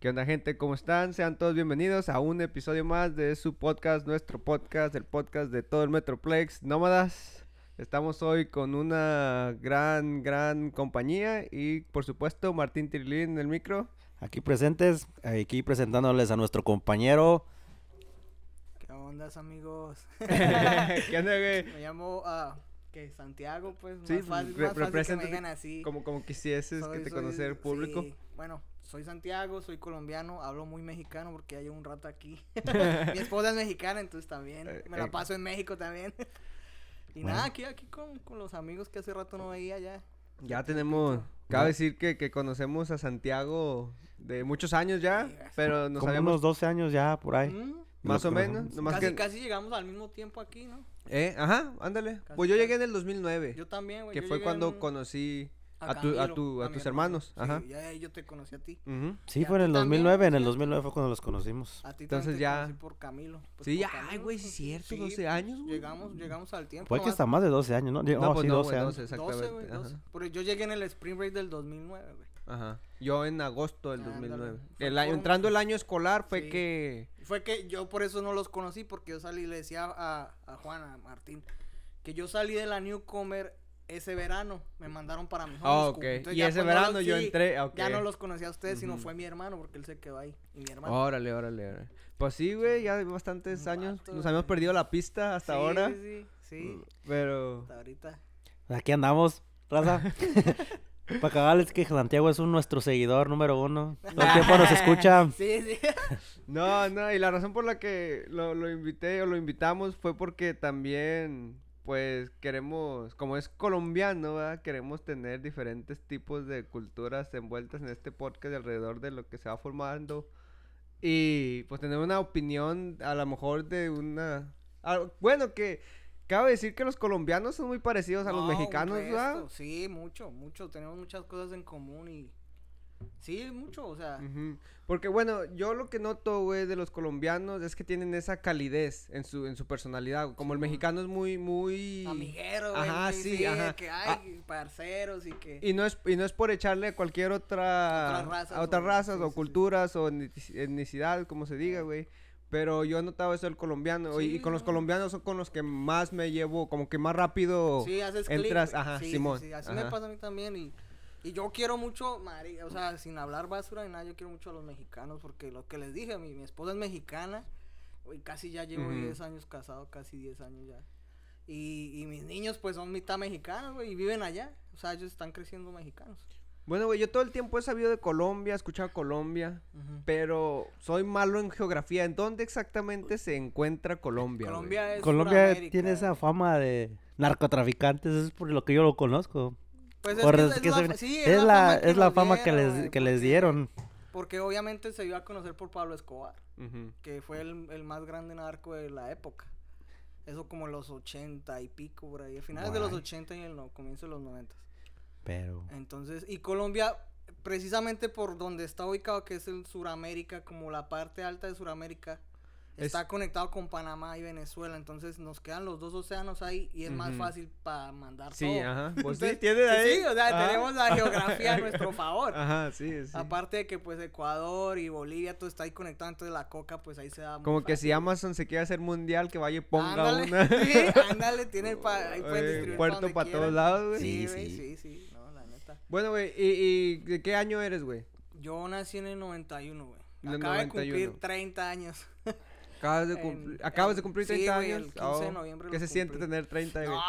¿Qué onda gente? ¿Cómo están? Sean todos bienvenidos a un episodio más de su podcast, nuestro podcast, el podcast de todo el Metroplex Nómadas. Estamos hoy con una gran, gran compañía y por supuesto Martín Tirilín en el micro. Aquí presentes, aquí presentándoles a nuestro compañero. ¿Qué onda, amigos? ¿Qué onda, güey? Me llamo ah, que Santiago, pues, Sí, más fácil, re- más fácil que me represéntate digan así. Como, como quisieses Soy- que te soy- conocer el público. sí. Bueno, soy Santiago, soy colombiano, hablo muy mexicano porque ya llevo un rato aquí. Mi esposa es mexicana, entonces también. Eh, Me eh. la paso en México también. y Bueno. nada, aquí, aquí con, con los amigos que hace rato no veía ya. Ya tenemos, cabe decir que, que conocemos a Santiago de muchos años ya, pero nos como habíamos unos 12 años ya por ahí. Mm, más Lo o conocemos. menos, nomás Casi, que- casi llegamos al mismo tiempo aquí, ¿no? Eh, ajá, ándale. Casi, Pues yo casi. llegué en el 2009, Yo también, güey. que yo fue llegué cuando en- conocí a, tu, Camilo, a, tu, a mi tus hermano. hermanos, Sí, ajá. ya yo te conocí a ti. Ujú. Sí, ¿Y a fue en ti el también, Ah, 2009, en el cierto? 2009 fue cuando los conocimos. A ti Entonces también te ya- conocí por Camilo. pues, sí, por ay, Camilo, güey, pues, sí cierto, sí, 12 años, güey. Llegamos, llegamos al tiempo. Fue que nomás. hasta más de 12 años, ¿no? Di- No, oh, pues sí, no, 12 güey, años. 12, 12, exactamente. güey, 12. ajá, Porque yo llegué en el Spring Break del 2009, güey. ajá. Yo en agosto del Ándale. 2009. Fue El año- por un- entrando el año escolar fue Sí. que... Y Fue que yo por eso no los conocí, porque yo salí, le decía a, a Juan, a Martín, que yo salí de la Newcomer ese verano. Me mandaron para mi Ah, homeschool. ok. Entonces Y ya ese cuando verano los- yo sí, entré, ah, Ya ok. no los conocí a ustedes, sino Ujú. Oh, fue mi hermano, porque él se quedó ahí. Y mi hermano. Órale, órale, órale. Pues sí, güey, ya bastantes Un años. rato, Nos habíamos güey. perdido la pista hasta Sí, ahora. Mm. Sí, sí, sí. Pero... Hasta ahorita. Aquí andamos, raza. Para cagarles que Santiago es un, nuestro seguidor número uno. Todo el tiempo nos escucha. Sí, sí. No, no, y la razón por la que lo, lo invité o lo invitamos fue porque también, pues, queremos, como es colombiano, ¿verdad? queremos tener diferentes tipos de culturas envueltas en este podcast y alrededor de lo que se va formando. Y pues tener una opinión, a lo mejor de una... ah, bueno, que cabe decir que los colombianos son muy parecidos a los No, un mexicanos, ¿verdad? resto, Sí, mucho, mucho. Tenemos muchas cosas en común y. Sí, mucho, o sea. Ujú. Porque bueno, yo lo que noto, güey, de los colombianos es que tienen esa calidez en su, en su personalidad. Como el Simón. mexicano es muy, muy... Amiguero, güey, Ajá, sí, sí, sí, de ajá. Ah, que hay parceros y que. Y no, es, y no es por echarle a cualquier otra... Otras razas a otras o- razas sí, o sí, sí. culturas o etnici- etnicidad, como se diga, güey. Pero yo he notado eso del colombiano. y- y Sí, con los no. colombianos son con los que más me llevo, como que más rápido... sí, haces clic, entras, güey. ajá, Sí, sí, Simón. sí, así ajá. me pasa a mí también y. Y yo quiero mucho, mari- o sea, sin hablar basura ni nada, yo quiero mucho a los mexicanos porque lo que les dije, mi, mi esposa es mexicana y casi ya llevo Ujú. 10 años casado, casi 10 años ya. Y, y mis niños pues son mitad mexicanos, güey, y viven allá, o sea, ellos están creciendo mexicanos. Bueno, güey, yo todo el tiempo he sabido de Colombia, he escuchado Colombia. Pero soy malo en geografía. ¿En dónde exactamente se encuentra Colombia? güey? Colombia es Colombia Suramérica. tiene esa fama de narcotraficantes, eso es por lo que yo lo conozco. Pues Por que es que la- se- sí, es la- que es la nos fama que dieron, les- güey, que les porque- dieron. Porque obviamente se dio a conocer por Pablo Escobar, Ujú. que fue el, el más grande narco de la época. Eso como en los 80 y pico, por ahí. A finales de los Guay. 80 y el no, comienzo de los 90. Pero. Entonces, y Colombia, precisamente por donde está ubicado, que es el Suramérica, como la parte alta de Suramérica, Es- está conectado con Panamá y Venezuela. Entonces, nos quedan los dos océanos ahí y es más Ujú. fácil para mandar Sí, todo. ajá. Pues sí, Oh. Entonces, tiene ahí. Sí, o sea, Ajá. tenemos la geografía a nuestro favor. Ajá, sí, sí. Aparte de que pues Ecuador y Bolivia todo está ahí conectado, entonces la coca pues ahí se da muy Como que fácil. si Amazon se quiere hacer mundial, que vaya y ponga ándale, una. sí, ándale, tiene pa, ahí pueden Eh, distribuir puerto donde pa' todos quieran. lados, güey. Sí, Sí, güey, sí. sí, sí, no, la neta. Bueno, güey, ¿y, y de qué año eres, güey? Yo nací en el 91, güey. En el Acabo de 91. cumplir 30 años. Acabas de En- cumplir, acabas de en- cumplir sí, 30 güey, el años. Oh, 15 de noviembre ¿Qué lo se siente cumplí. tener 30, güey? No,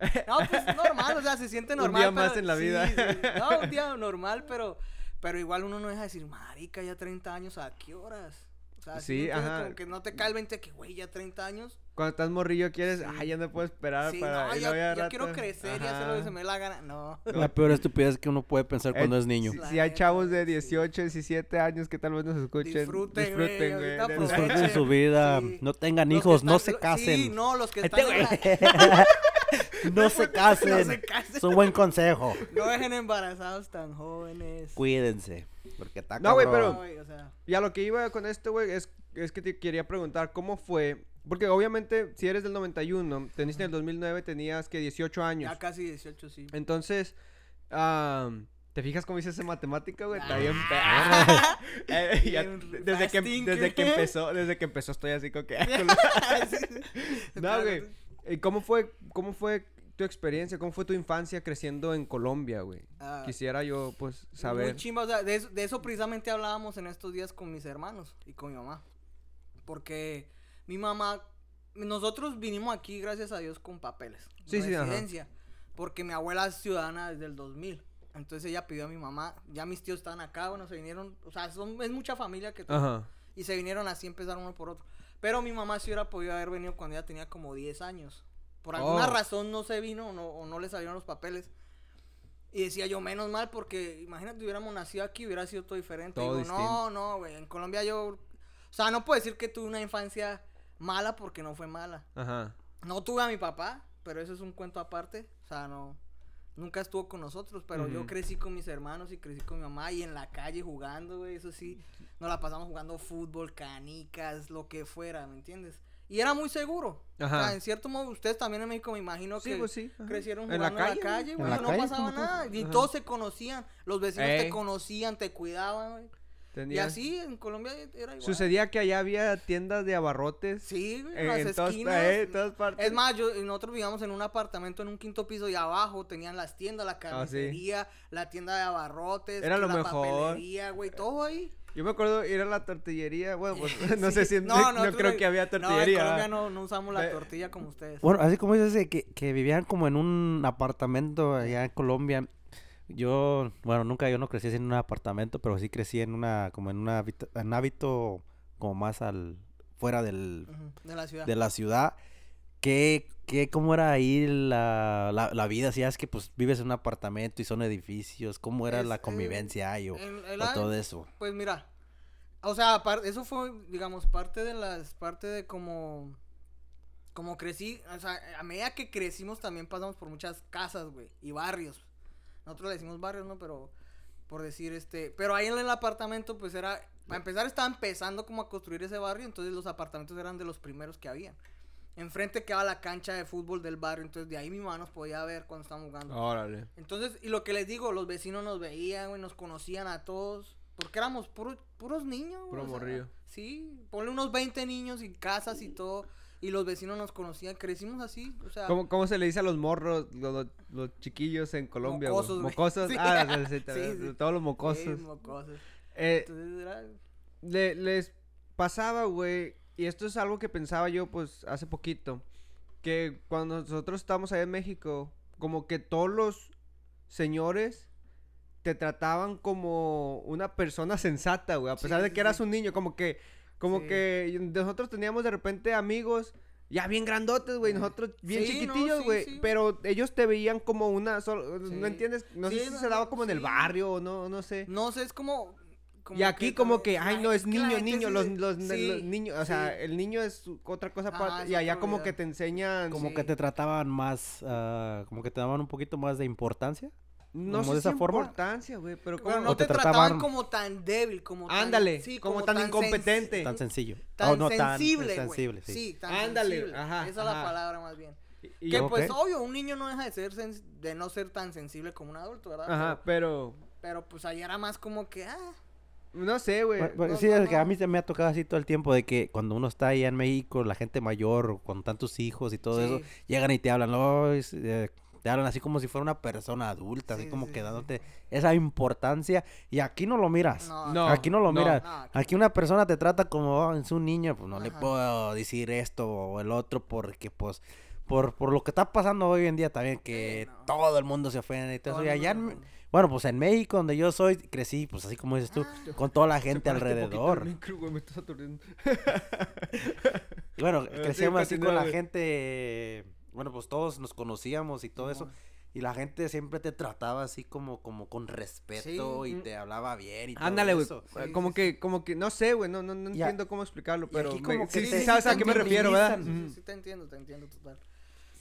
güey. No, pues normal, o sea, se siente Un normal. día más pero- en la sí, vida. sí, No, un día normal, pero, pero igual uno no deja de decir, marica, ya 30 años, ¿a qué horas? O sea, Sí, me entiendes? ajá. Como que no te cae el 20 que, güey, ya 30 años. Cuando estás morrillo quieres, Sí. ay, ya no puedo esperar sí, para... no, y ya, luego ya ya rato- quiero crecer y hacer lo que se me dé la gana. No. La peor estupidez que uno puede pensar Eh, cuando es niño. Si, La si hay neta, chavos de güey, sí. 18, 17 años que tal vez nos escuchen, Disfruten, güey, ahorita neta. aprovechen. Disfruten su vida, Sí. no tengan Los que hijos, no están- se lo- casen. Sí, no, los que Este están. en la- güey. no se casen. No se casen. Es un buen consejo. No dejen embarazados tan jóvenes. Cuídense. Porque está No, güey, cabrón. No, güey, o sea, Y a lo que iba con esto, güey, es, es que te quería preguntar cómo fue. Porque obviamente, si eres del 91, teniste en el 2009, tenías que 18 años. ya casi 18, sí. Entonces, am, ¿Te fijas cómo hice esa matemática, güey? Está bien perra. Eh, ya- Ah. Bien desde, que, fasting, desde que ¿qué? empezó, desde que empezó estoy así como que... no, güey. ¿Y cómo fue, cómo fue tu experiencia? ¿Cómo fue tu infancia creciendo en Colombia, güey? Ah, Quisiera yo, pues, Muy saber. chimba, o sea, de eso, de eso precisamente hablábamos en estos días con mis hermanos y con mi mamá. Porque mi mamá, nosotros vinimos aquí, gracias a Dios, con papeles. Sí, sí, ajá. residencia, Porque mi abuela es ciudadana desde el 2000. Entonces ella pidió a mi mamá, ya mis tíos estaban acá, bueno, se vinieron, o sea, son, es mucha familia que tengo, Ajá. Y se vinieron así, empezaron uno por otro. Pero mi mamá sí hubiera podido haber venido cuando ella tenía como 10 años. Por alguna Oh. razón no se vino o no, o no le salieron los papeles. Y decía yo, menos mal, porque imagínate, hubiéramos nacido aquí, hubiera sido todo diferente. Todo Digo, distinto. no, no, güey, en Colombia yo... O sea, no puedo decir que tuve una infancia mala porque no fue mala. Ajá. No tuve a mi papá, pero eso es un cuento aparte. O sea, no... Nunca estuvo con nosotros, pero yo Ujú. crecí con mis hermanos y crecí con mi mamá y en la calle jugando, güey, eso sí. Nos la pasamos jugando fútbol, canicas, lo que fuera, ¿me entiendes? Y era muy seguro. O Ajá. sea, en cierto modo, ustedes también en México me imagino Sí, que pues sí, ajá. crecieron En la jugando en la calle, calle, en güey, la no calle, pasaba como todos. nada. Y Ajá. todos se conocían, los vecinos Ey. te conocían, te cuidaban, güey. Y Tenía- así en Colombia era igual. Sucedía que allá había tiendas de abarrotes. Sí, güey, en, las en todas, esquinas. eh, en todas partes. Es más, yo, nosotros vivíamos en un apartamento en un quinto piso y abajo tenían las tiendas, la Ah, sí. carnicería, la tienda de abarrotes, Era que lo la mejor. papelería, güey, todo ahí. Yo me acuerdo ir a la tortillería. Bueno, pues, no Sí. sé si. No, nosotros creo que había No, en tortillería. Colombia ¿verdad? no, no usamos la Eh, tortilla como ustedes. Bueno, así como dices eh, que, que vivían como en un apartamento allá en Colombia. Yo, bueno, nunca yo no crecí así en un apartamento, pero sí crecí en una, como en una habita- en un hábito como más al, fuera del, Ujú, De la ciudad. de la ciudad. ¿Qué, qué, ¿Cómo era ahí la, la, la vida? Si es que pues vives en un apartamento y son edificios, ¿cómo era Es, la eh, convivencia ahí o, En- o en la- todo eso? Pues mira, o sea, apar- eso fue, digamos, parte de las, parte de como, como crecí, o sea, a medida que crecimos también pasamos por muchas casas, güey, y barrios. Nosotros le decimos barrios, ¿no? Pero, por decir, este, pero ahí en el apartamento, pues era, para empezar, estaba empezando como a construir ese barrio, entonces los apartamentos eran de los primeros que había. Enfrente quedaba la cancha de fútbol del barrio, entonces de ahí mi mamá nos podía ver cuando estábamos jugando. Órale. Entonces, y lo que les digo, los vecinos nos veían, güey, nos conocían a todos. Porque éramos puros, puros niños, güey, Puro morrillo. sí, ponle unos 20 niños y casas y todo. Y los vecinos nos conocían, crecimos así, o sea. ¿Cómo, cómo se le dice a los morros, lo- lo- los, chiquillos en Colombia? güey? Mocosos, güey. ¿Mocosos? Sí. Ah, sí, sí, te- Sí, sí. todos los eh, mocosos. mocosos. Eh, Entonces era. le- les pasaba, güey, y esto es algo que pensaba yo, pues, hace poquito, que cuando nosotros estábamos allá en México, como que todos los señores te trataban como una persona sensata, güey, a Sí, pesar de sí, que eras sí. un niño, como que, como Sí. que nosotros teníamos de repente amigos ya bien grandotes, güey, nosotros bien Sí, no, chiquitillos, sí, güey, sí. pero ellos te veían como una, sol- Sí. no entiendes, no Sí, sé si no, se daba como en el sí. barrio o no, no sé. No sé, es como. Y aquí como que, también- ay, no, la- es que la niño, gente niño, sí los, se- los, sí, los niños, o sea, eh, sí. el niño es su- otra cosa Ajá, aparte, es y allá otra como vida. que te enseñan, Como Sí. que te trataban más, ah, como que te daban un poquito más de importancia. no como sé de esa si forma. importancia, güey, pero Pero como... no o te, te trataban, trataban- como tan débil, como tan- Ándale, sí, como tan sen- incompetente. Tan sencillo. Tan Oh, no, tan sensible, güey. sensible, sí. sí. tan Ándale, sensible. ajá, Esa es ajá. la palabra más bien. y- y- que Ok. pues obvio, un niño no deja de ser sens- de no ser tan sensible como un adulto, ¿verdad? Ajá, pero, Pero, pero, pues allá era más como que ah, no sé, güey, Bueno, bueno, no, sí, no, es que a no. mí se me ha tocado así todo el tiempo de que cuando uno está allá en México, la gente mayor, o con tantos hijos y todo eso, Sí. llegan y te hablan, "No, es, eh", te hablan así como si fuera una persona adulta, Sí, así como sí, que sí, sí. dándote esa importancia. Y aquí no lo miras. no. No, aquí no lo no. miras. No, aquí- Aquí una persona te trata como "Oh, es un niño, pues no le Ajá. puedo decir esto o el otro porque pues por, por lo que está pasando hoy en día también que Sí, no. todo el mundo se ofende y todo Todo eso. Y el mundo allá se en- ofende. bueno, pues en México donde yo soy crecí, pues así como dices tú, Ah. con toda la Sepárate gente un poquito del alrededor. micro, güey, me estás aturdiendo. Y Bueno, Eh, sí, crecíamos así con continúa, la güey. gente, bueno, pues todos nos conocíamos y todo eso. Y la gente siempre te trataba así como, como con respeto y Mm. te hablaba bien y todo Ándale, güey, eso. eh, Sí, como sí, que, como que, no sé, güey, no, no, no Y a- entiendo cómo explicarlo, y pero aquí me- como que sí, te- sí sí, sabes te a qué me refiero, ¿verdad? minimizan, Sí, Ujú. sí, te entiendo, te entiendo total.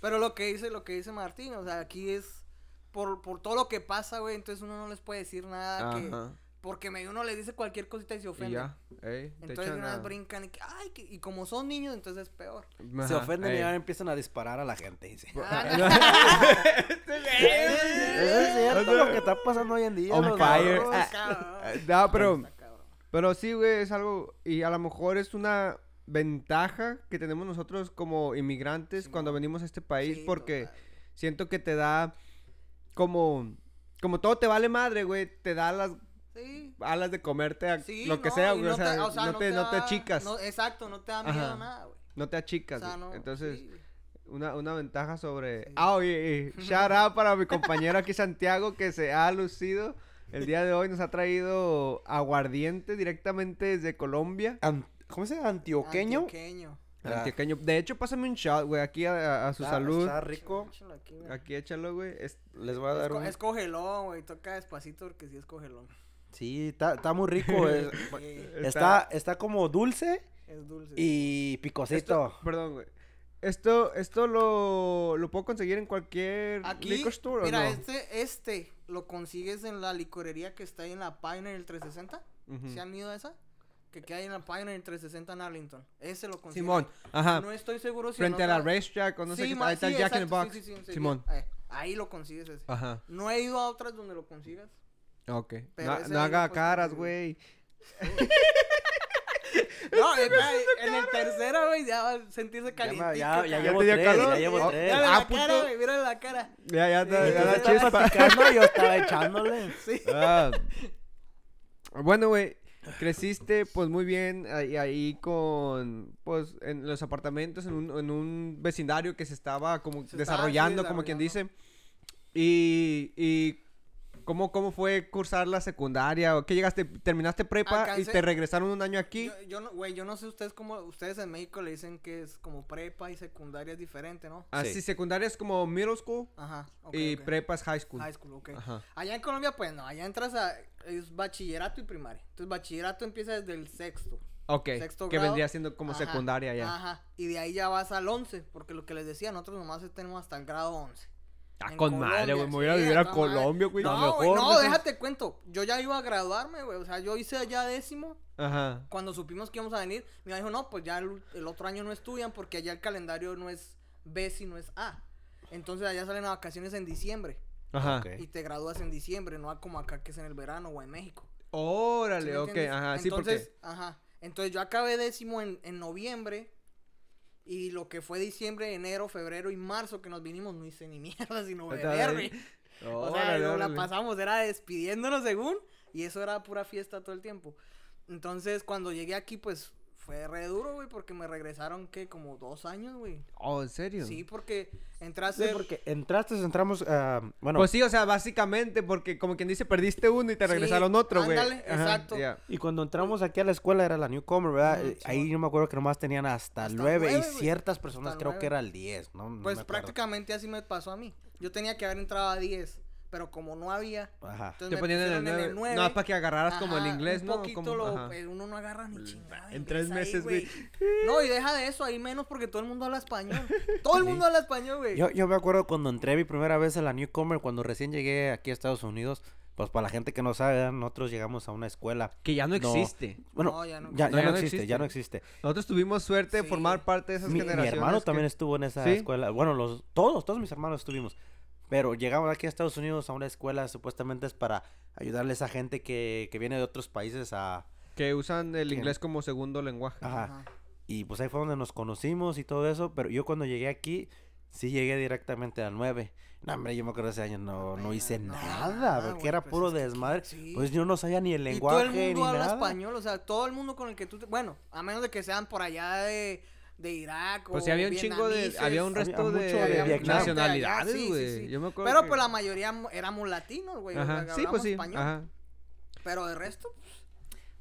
Pero lo que dice, lo que dice Martín, o sea, aquí es por, por todo lo que pasa, güey, entonces uno no les puede decir nada que, Ajá. Porque medio uno le dice cualquier cosita y se Y ofende. ya, ey, te Entonces de echan una vez a- brincan y que, ay, que- y como son niños, entonces es peor. Se Ajá, ofenden y ey. ya empiezan a disparar a la gente. Dice. Es Es cierto lo que está pasando hoy en día. On los fire. morros. Ah, No, pero, pero sí, güey, es algo. Y a lo mejor es una ventaja que tenemos nosotros como inmigrantes cuando venimos a este país porque siento que te da como. Como todo te vale madre, güey, te da las Sí. alas de comerte a Sí, lo que no, sea, y güey. o sea, o sea, no te, no te da- achicas. no- No, exacto, no te da miedo Ajá. nada, güey. te O achicas. sea, güey. no, Entonces, sí, güey. Una, una ventaja sobre... Sí. Ah, oye, y shout out para mi compañero aquí Santiago que se ha lucido. El día de hoy nos ha traído aguardiente directamente desde Colombia. An- ¿Cómo se llama? Antioqueño. Antioqueño. Ah. Antioqueño. De hecho, pásame un shot, güey, aquí a, a- a su Está- salud. Está rico. Échalo aquí, güey. Aquí échalo, güey. Es- Les voy a dar Esco- un... Es cogelón, güey. Toca despacito porque sí es cogelón. Sí, está, está muy rico. es- Sí, está, está como dulce es dulce. y picosito. esto- Perdón, güey. Esto, esto lo, lo puedo conseguir en cualquier Aquí, liquor store, ¿o mira, no? este, este lo consigues en la licorería que está ahí en la Pioneer 360. Ujú. ¿Se han ido a esa? Que queda ahí en la Pioneer 360 en Arlington. Ese lo consigues. Simón, ajá. No estoy seguro si en Frente a la otra- racetrack, o no sé Sí, qué ma- tal, ahí está sí, el Jack in the exacto, Box. sí, sí, sí, sí, Simón. Ahí, ahí lo consigues ese. Ajá. No he ido a otras donde lo consigas. Ok. Pero No- ese no ahí lo haga puedes caras, conseguir. güey. No, en, la- en el tercero, güey, ya va a sentirse Ya, calientito. me- Ah, ya, ya cabrón. llevo te dio tres, calor. ya llevo Oh, tres. Mírale Ah, la cara, puto. güey, mírale la cara. Ya, ya, está, Sí, ya Entonces la sí, sí. estaba chispa. picando y yo estaba echándole. Sí. Ah, bueno, güey, creciste pues muy bien ahí, ahí con, pues, en los apartamentos, en un, en un vecindario que se estaba como Se estaba, desarrollando, sí, como quien dice. desarrollando. Y, y ¿cómo, ¿cómo fue cursar la secundaria? ¿O qué llegaste? ¿Terminaste prepa y Alcancé- te regresaron un año aquí? Yo, yo no, güey, yo no sé ustedes cómo, ustedes en México le dicen que es como prepa y secundaria es diferente, ¿no? Así, Sí. Ah, secundaria es como middle school Ajá. ok, y ok. prepa es high school. High school, ok. Ajá. Allá en Colombia, pues no, allá entras a, es bachillerato y primaria. Entonces, bachillerato empieza desde el sexto. Ok, Sexto que grado. vendría siendo como Ajá, secundaria ya. Ajá. Y de ahí ya vas al 11, porque lo que les decía, nosotros nomás tenemos hasta el grado 11. Ah, En con madre, Colombia, güey. Me voy a sí, vivir a toda madre. Colombia, güey. No, güey, mejor, no, dices. déjate cuento. Yo ya iba a graduarme, güey. O sea, yo hice allá décimo. Ajá. Cuando supimos que íbamos a venir, mi mamá dijo, no, pues ya el, el otro año no estudian porque allá el calendario no es B, sino es A. Entonces allá salen a vacaciones en diciembre Ajá. Ok. y te gradúas en diciembre, no como acá que es en el verano o en México. ¿Sí Órale, me ok, entiendes? ajá, sí, Entonces, porque. Ajá. Entonces yo acabé décimo en, en noviembre. Y lo que fue diciembre, enero, febrero y marzo que nos vinimos, no hice ni mierda, sino Está beber, bien. güey. O sea, nos la pasamos, era despidiéndonos según. Y eso era pura fiesta todo el tiempo. Entonces, cuando llegué aquí, pues fue re duro, güey, porque me regresaron, que Como dos años, güey. Oh, ¿en serio? Sí, porque entraste. Sí, porque entraste, entramos, ah, bueno, Pues sí, o sea, básicamente, porque como quien dice, perdiste uno y te Sí, regresaron otro, güey. ándale, Ajá, exacto. ya. y cuando entramos aquí a la escuela era la newcomer, ¿verdad? Ujú, Eh, Ahí Ah, Simón. yo me acuerdo que nomás tenían hasta, Hasta nueve y nueve, güey. ciertas personas Hasta creo nueve. que era el diez, ¿no? No Pues me acuerdo. prácticamente así me pasó a mí. Yo tenía que haber entrado a 10, pero como no había, Ajá. entonces Te me ponían en el pusieron 9. nueve. No, es para que agarraras como el Ajá, inglés, un ¿no? poquito Como- lo- ajá. eh, uno no agarra ni chingada. En tres inglés meses, güey. No, y deja de eso, ahí menos porque todo el mundo habla español. Todo el mundo habla español, güey. Yo, yo me acuerdo cuando entré mi primera vez a la Newcomer, cuando recién llegué aquí a Estados Unidos, pues para la gente que no sabe, ¿verdad? nosotros llegamos a una escuela. Que ya no No. existe. Bueno, No, ya ya, no ya existe. no, existe, ya no existe. Nosotros tuvimos suerte de Sí. formar parte de esas Mi, mi generaciones. hermano que- también estuvo en esa ¿Sí? escuela. Bueno, los todos, todos mis hermanos estuvimos. Pero llegamos aquí a Estados Unidos a una escuela, supuestamente es para ayudarle a esa gente que, que viene de otros países a... Que usan el Que- inglés como segundo lenguaje. Ajá. Ajá. Y pues ahí fue donde nos conocimos y todo eso, pero yo cuando llegué aquí, sí llegué directamente al 9. No, hombre, yo me acuerdo ese año, no, no hice No, nada, nada, porque güey, era pues puro es que desmadre. sí. Pues yo no sabía ni el Y lenguaje todo el mundo ni habla nada. español, o sea, todo el mundo con el que tú te... Bueno, a menos de que sean por allá de, de Irak o Pues sí, había un chingo de. vietnamices. Había un Había resto mucho de de, Vietnam. Sí, nacionalidades, sí, güey. sí. Yo me acuerdo. Pero que- pues la mayoría mo- éramos latinos, güey. o sea, Ajá. Sí, pues hablábamos sí. español. Ajá. Pero de resto, pues,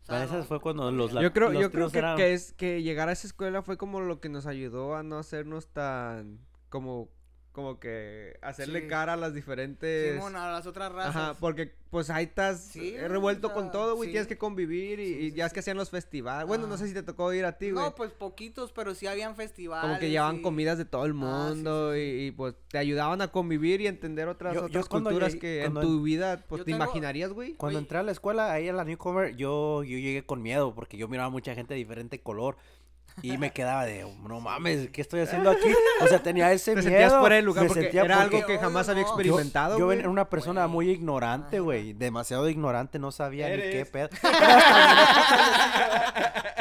o sea, Para esas no- fue cuando los la- yo creo, los yo creo tíos que, eran- que es que llegar a esa escuela fue como lo que nos ayudó a no hacernos tan como como que hacerle Sí. cara a las diferentes... Simón, pues, a las otras razas. Ajá, porque pues ahí estás Sí, eh, güey, revuelto o con sea, todo, güey. sí. Tienes que convivir y, Sí, y sí, ya es sí. que hacían los festivales. Bueno, no Ajá. sé si te tocó ir a ti, güey. no, pues poquitos, pero sí habían festivales. como que llevaban sí. Ah, comidas de todo el sí, mundo y, y, pues te ayudaban a convivir y entender otras, Yo- yo otras cuando culturas llegué- que cuando en tu vida pues yo te tengo- imaginarías, güey. Cuando Oye. entré a la escuela, ahí a la Newcomer, yo, yo llegué con miedo porque yo miraba mucha gente de diferente color. Y me quedaba de, no mames, ¿qué estoy haciendo aquí? O sea, tenía ese Te miedo. sentías fuera del lugar me porque sentía era algo porque- que Obvio, jamás había no. Yo- yo- experimentado, Yo güey. era una persona Güey. muy ignorante, Ajá. güey. Demasiado ignorante, no sabía ni qué Eres. pedo.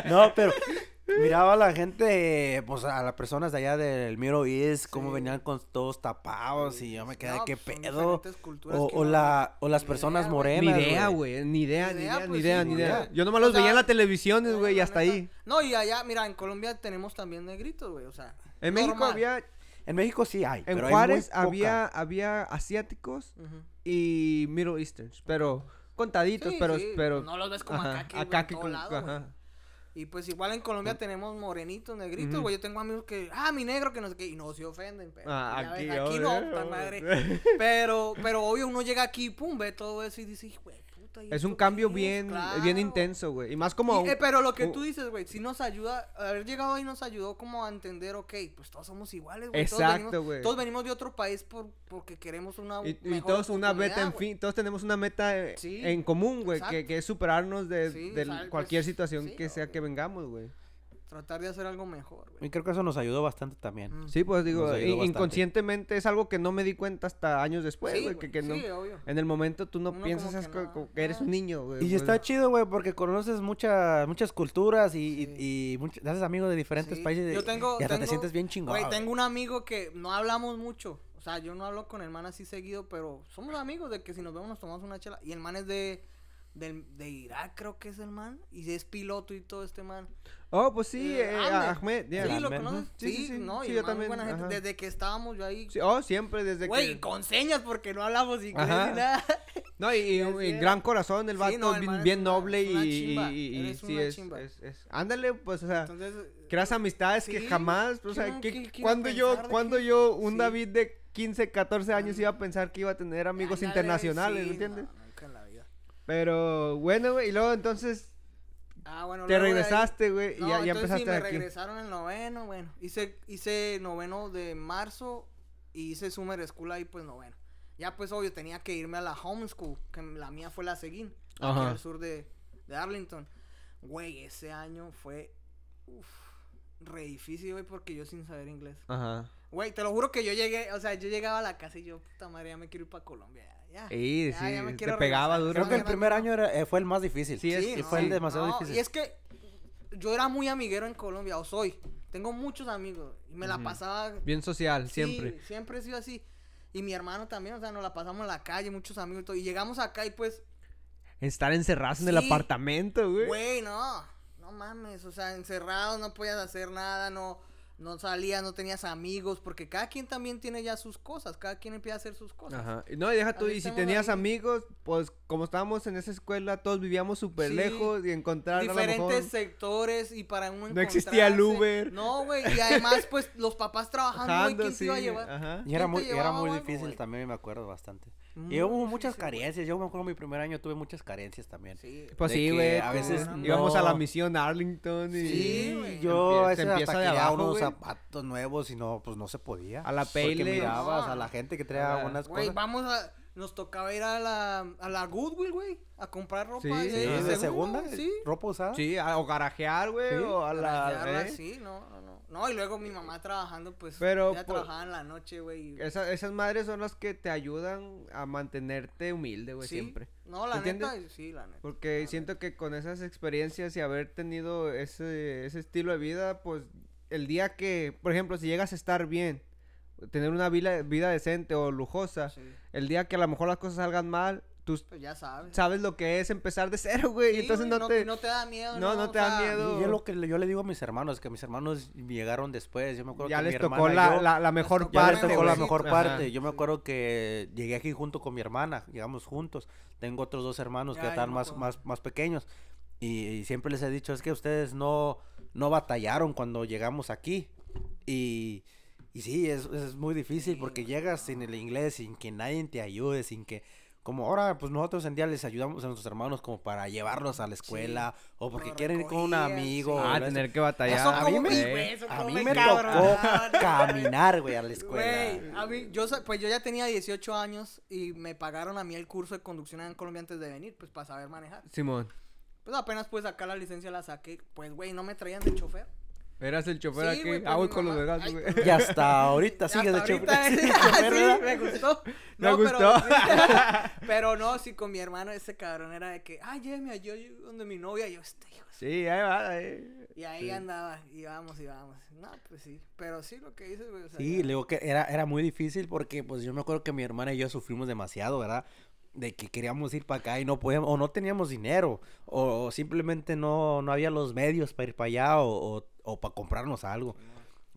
no, pero miraba a la gente, pues a las personas de allá del Miro East, cómo Sí. venían con todos tapados y yo me quedé, No, ¿qué pues, son pedo? diferentes culturas O, que o no- la, o las ni personas idea, güey. Ni morenas. idea, güey. Ni idea, Ni ni idea, idea, ni pues, idea, sí, ni ni idea. idea. Yo O nomás los sea, veía en las televisiones, Sí, güey, y la hasta neta. ahí. No, y allá, mira, en Colombia tenemos también negritos, güey, o sea. En México normal. había, En México sí hay. en pero hay muy Juárez poca. había, había asiáticos Ujú. y Middle Easterns, pero contaditos, Sí, pero, sí, pero no los ves como ajá, acá que, güey, acá en que todo con- lado, güey. ajá. Y pues igual en Colombia tenemos morenitos, negritos, Mm. Ujú. güey. Yo tengo amigos que, ah, mi negro, que no sé qué, y no se ofenden. Pero, Ah, ya aquí, ves, aquí obvio, no, obvio. puta madre. Pero, pero obvio, uno llega aquí, pum, ve todo eso y dice, güey, puta. ¿y Es esto un cambio qué es?" bien, Claro. bien intenso, güey. Y más Y, como. eh, pero lo que un- tú dices, güey, sí nos ayuda, haber llegado ahí nos ayudó como a entender, ok, pues todos somos iguales, güey. todos venimos- Exacto, güey. Todos venimos de otro país por, porque queremos una y, y mejor todos una meta, oportunidad, en güey. fin, todos tenemos una meta eh, Sí, en común, güey, que, exacto. que es superarnos de, Sí, del- o sea, cualquier pues, situación sí, que sea obvio. que vengamos, güey. Tratar de hacer algo mejor, Y güey. creo que eso nos ayudó bastante también. Mm. Sí, pues digo, Nos ayudó i- bastante. inconscientemente es algo que no me di cuenta hasta años después, Sí, pues, güey, güey, que, que no- sí, obvio. en el momento tú no Uno piensas como es que co- no. como que eres un niño, güey. Y pues. está chido, güey, porque conoces muchas muchas culturas y, y- Sí. y much- te haces amigos de diferentes Sí. países. Yo tengo- y hasta te tengo- sientes bien chingón. Güey, tengo un amigo que no hablamos mucho. O sea, yo no hablo con el man así seguido, pero somos amigos de que si nos vemos nos tomamos una chela. Y el man es de, del- de Irak, creo que es el man. Y es piloto y todo este man. Oh, pues sí, Eh, eh, Ahmed. Ahmed, ya. Sí, lo Ahmed, conoces. ujú. Sí, sí, no, y el yo man es también, buena gente. ajá. Desde que estábamos yo ahí. Sí, oh, siempre desde Güey, que con señas porque no hablamos inglés Ajá. ni nada. No, y, y- Ya y sé. gran corazón, el Sí, vato, no, el bien, man es bien una- noble es una y, chimba, y- y- y eres sí una es, chimba. es- es- Ándale, pues, o sea, Entonces, creas amistades que sí, jamás, o ¿qué sea, no- que, qué- qué iba a cuando yo, pensar de cuando que- yo, un sí. David de 15, 14 años Ándale. iba a pensar que iba a tener amigos ándale, internacionales, sí, ¿me entiendes? no, nunca en la vida. Pero bueno, güey, y luego entonces Ah, bueno, te luego de ahí- regresaste, güey, No, y ya, ya entonces sí, empezaste me aquí. regresaron el noveno, bueno. Hice, hice noveno de marzo y hice Summer School ahí, pues noveno. Ya, pues obvio, tenía que irme a la homeschool, que la mía fue la Seguín, aquí Ajá. al sur de, de Arlington. Güey, ese año fue uf, re difícil, güey, porque yo sin saber inglés. Ajá. Güey, te lo juro que yo llegué, o sea, yo llegaba a la casa y yo, puta madre, ya me quiero ir para Colombia. Ya, Sí, ya, sí, ya me te quiero pegaba regresar". duro. Creo que el Ya me primer año quiero- era- eh, fue el más difícil. Sí, es- y sí, fue el no, demasiado no, difícil. Y es que yo era muy amiguero en Colombia, o soy. Tengo muchos amigos. Y me la Ujú. pasaba. Bien social, sí, siempre. Siempre he sido así. Y mi hermano también, o sea, nos la pasamos en la calle, muchos amigos y todo. Y llegamos acá y pues, Estar encerrados en el Sí. apartamento, güey. güey, no. No mames, o sea, encerrados, no podías hacer nada, no. No salías, no tenías amigos, porque cada quien también tiene ya sus cosas, cada quien empieza a hacer sus cosas. Ajá. y No, y deja tú, Ahí y si estamos tenías ahí. amigos, pues como estábamos en esa escuela, todos vivíamos súper Sí. lejos y encontrar a lo diferentes mejor... sectores y para uno No existía el encontrarse. Uber. No, güey, y además pues los papás trabajando, güey, Jando, ¿quién sí, te iba a llevar? ajá. Y era ¿Quién te muy, y era llevaba muy o algo, difícil güey? también, me acuerdo bastante. Muy Y hubo muchas difícil, güey. carencias. Yo me acuerdo mi primer año tuve muchas carencias también. Sí. Pues De sí, que güey. a tú- veces íbamos a la no- misión Arlington y... Sí, Sí, güey. yo Empie- a se veces empieza hasta de quería abajo, unos güey. zapatos nuevos y no, pues no se podía. A la Porque Payless. mirabas No. a la gente que traía A la- algunas Güey, cosas. vamos a nos tocaba ir a la a la Goodwill, güey, a comprar ropa Sí, de, sí, Sí, de de segunda, segunda, güey, sí. ropa usada. Sí, a- o garajear, güey, Sí, o a la... Garajearla, ¿eh? sí, no, no, no. No, y luego mi mamá trabajando, pues Pero, ya pues, trabajaba en la noche, güey. y- Esa- esas madres son las que te ayudan a mantenerte humilde, güey, sí. siempre. No, la ¿Entiendes? neta, sí, la neta. Porque la siento que con esas experiencias y haber tenido ese, ese estilo de vida, pues el día que, por ejemplo, si llegas a estar bien, tener una vida, vida decente o lujosa, neta, sí. el día que a lo mejor las cosas salgan mal, tú Pues ya sabes. sabes lo que es empezar de cero, güey. y Sí, entonces güey, no, te... no te da miedo, no, no, no o te da sea, miedo. Y es lo que le- yo le digo a mis hermanos, que mis hermanos llegaron después. Yo me acuerdo ya que mi les tocó hermana y la, yo- la, la tocó mejor ya les parte, tocó la güey. mejor Ajá. parte. Yo me acuerdo que llegué aquí junto con mi hermana, llegamos juntos. Tengo otros dos hermanos que Ay, están no me más, acuerdo. más, más pequeños. Y, y siempre les he dicho, es que ustedes no, no batallaron cuando llegamos aquí. Y, Y sí, es, es muy difícil porque llegas sin el inglés, sin que nadie te ayude, sin que... Como ahora, pues nosotros en día les ayudamos a nuestros hermanos como para llevarlos a la escuela o porque Lo quieren ir con un recogían, amigo. Ah, o lo- tener que Eso batallar. a mí como- me, Uy, güey, eso a como mí me me tocó cabrona. caminar, güey, a la escuela. Güey, a mí, yo, sa- pues yo ya tenía 18 años y me pagaron a mí el curso de conducción en Colombia antes de venir, pues para saber manejar. Simón, Pues apenas pues acá la licencia la saqué, pues güey, no me traían de chofer. eras el chofer Sí, aquí. güey, ah, por voy mi con los mamá. vergazos, Ay, güey. por- Y hasta ahorita Hasta sigues de chofer. ahorita eh. es- sigues de chofer, sí, ¿verdad? me gustó. Me No, gustó. Pero, pero no, sí, con mi hermano ese cabrón era de que, ay, lléveme a yo, yo- donde mi novia, yo este hijo. de su-". Sí, ahí va, ahí. Y ahí Sí. andaba, y vamos, y vamos. No, pues sí. Pero sí lo que dices, güey. o sea, Sí, ya- le digo que era, era muy difícil porque pues yo me acuerdo que mi hermana y yo sufrimos demasiado, ¿verdad? De que queríamos ir para acá y no podíamos, o no teníamos dinero, o, o simplemente no, no había los medios para ir para allá o, o, para comprarnos algo.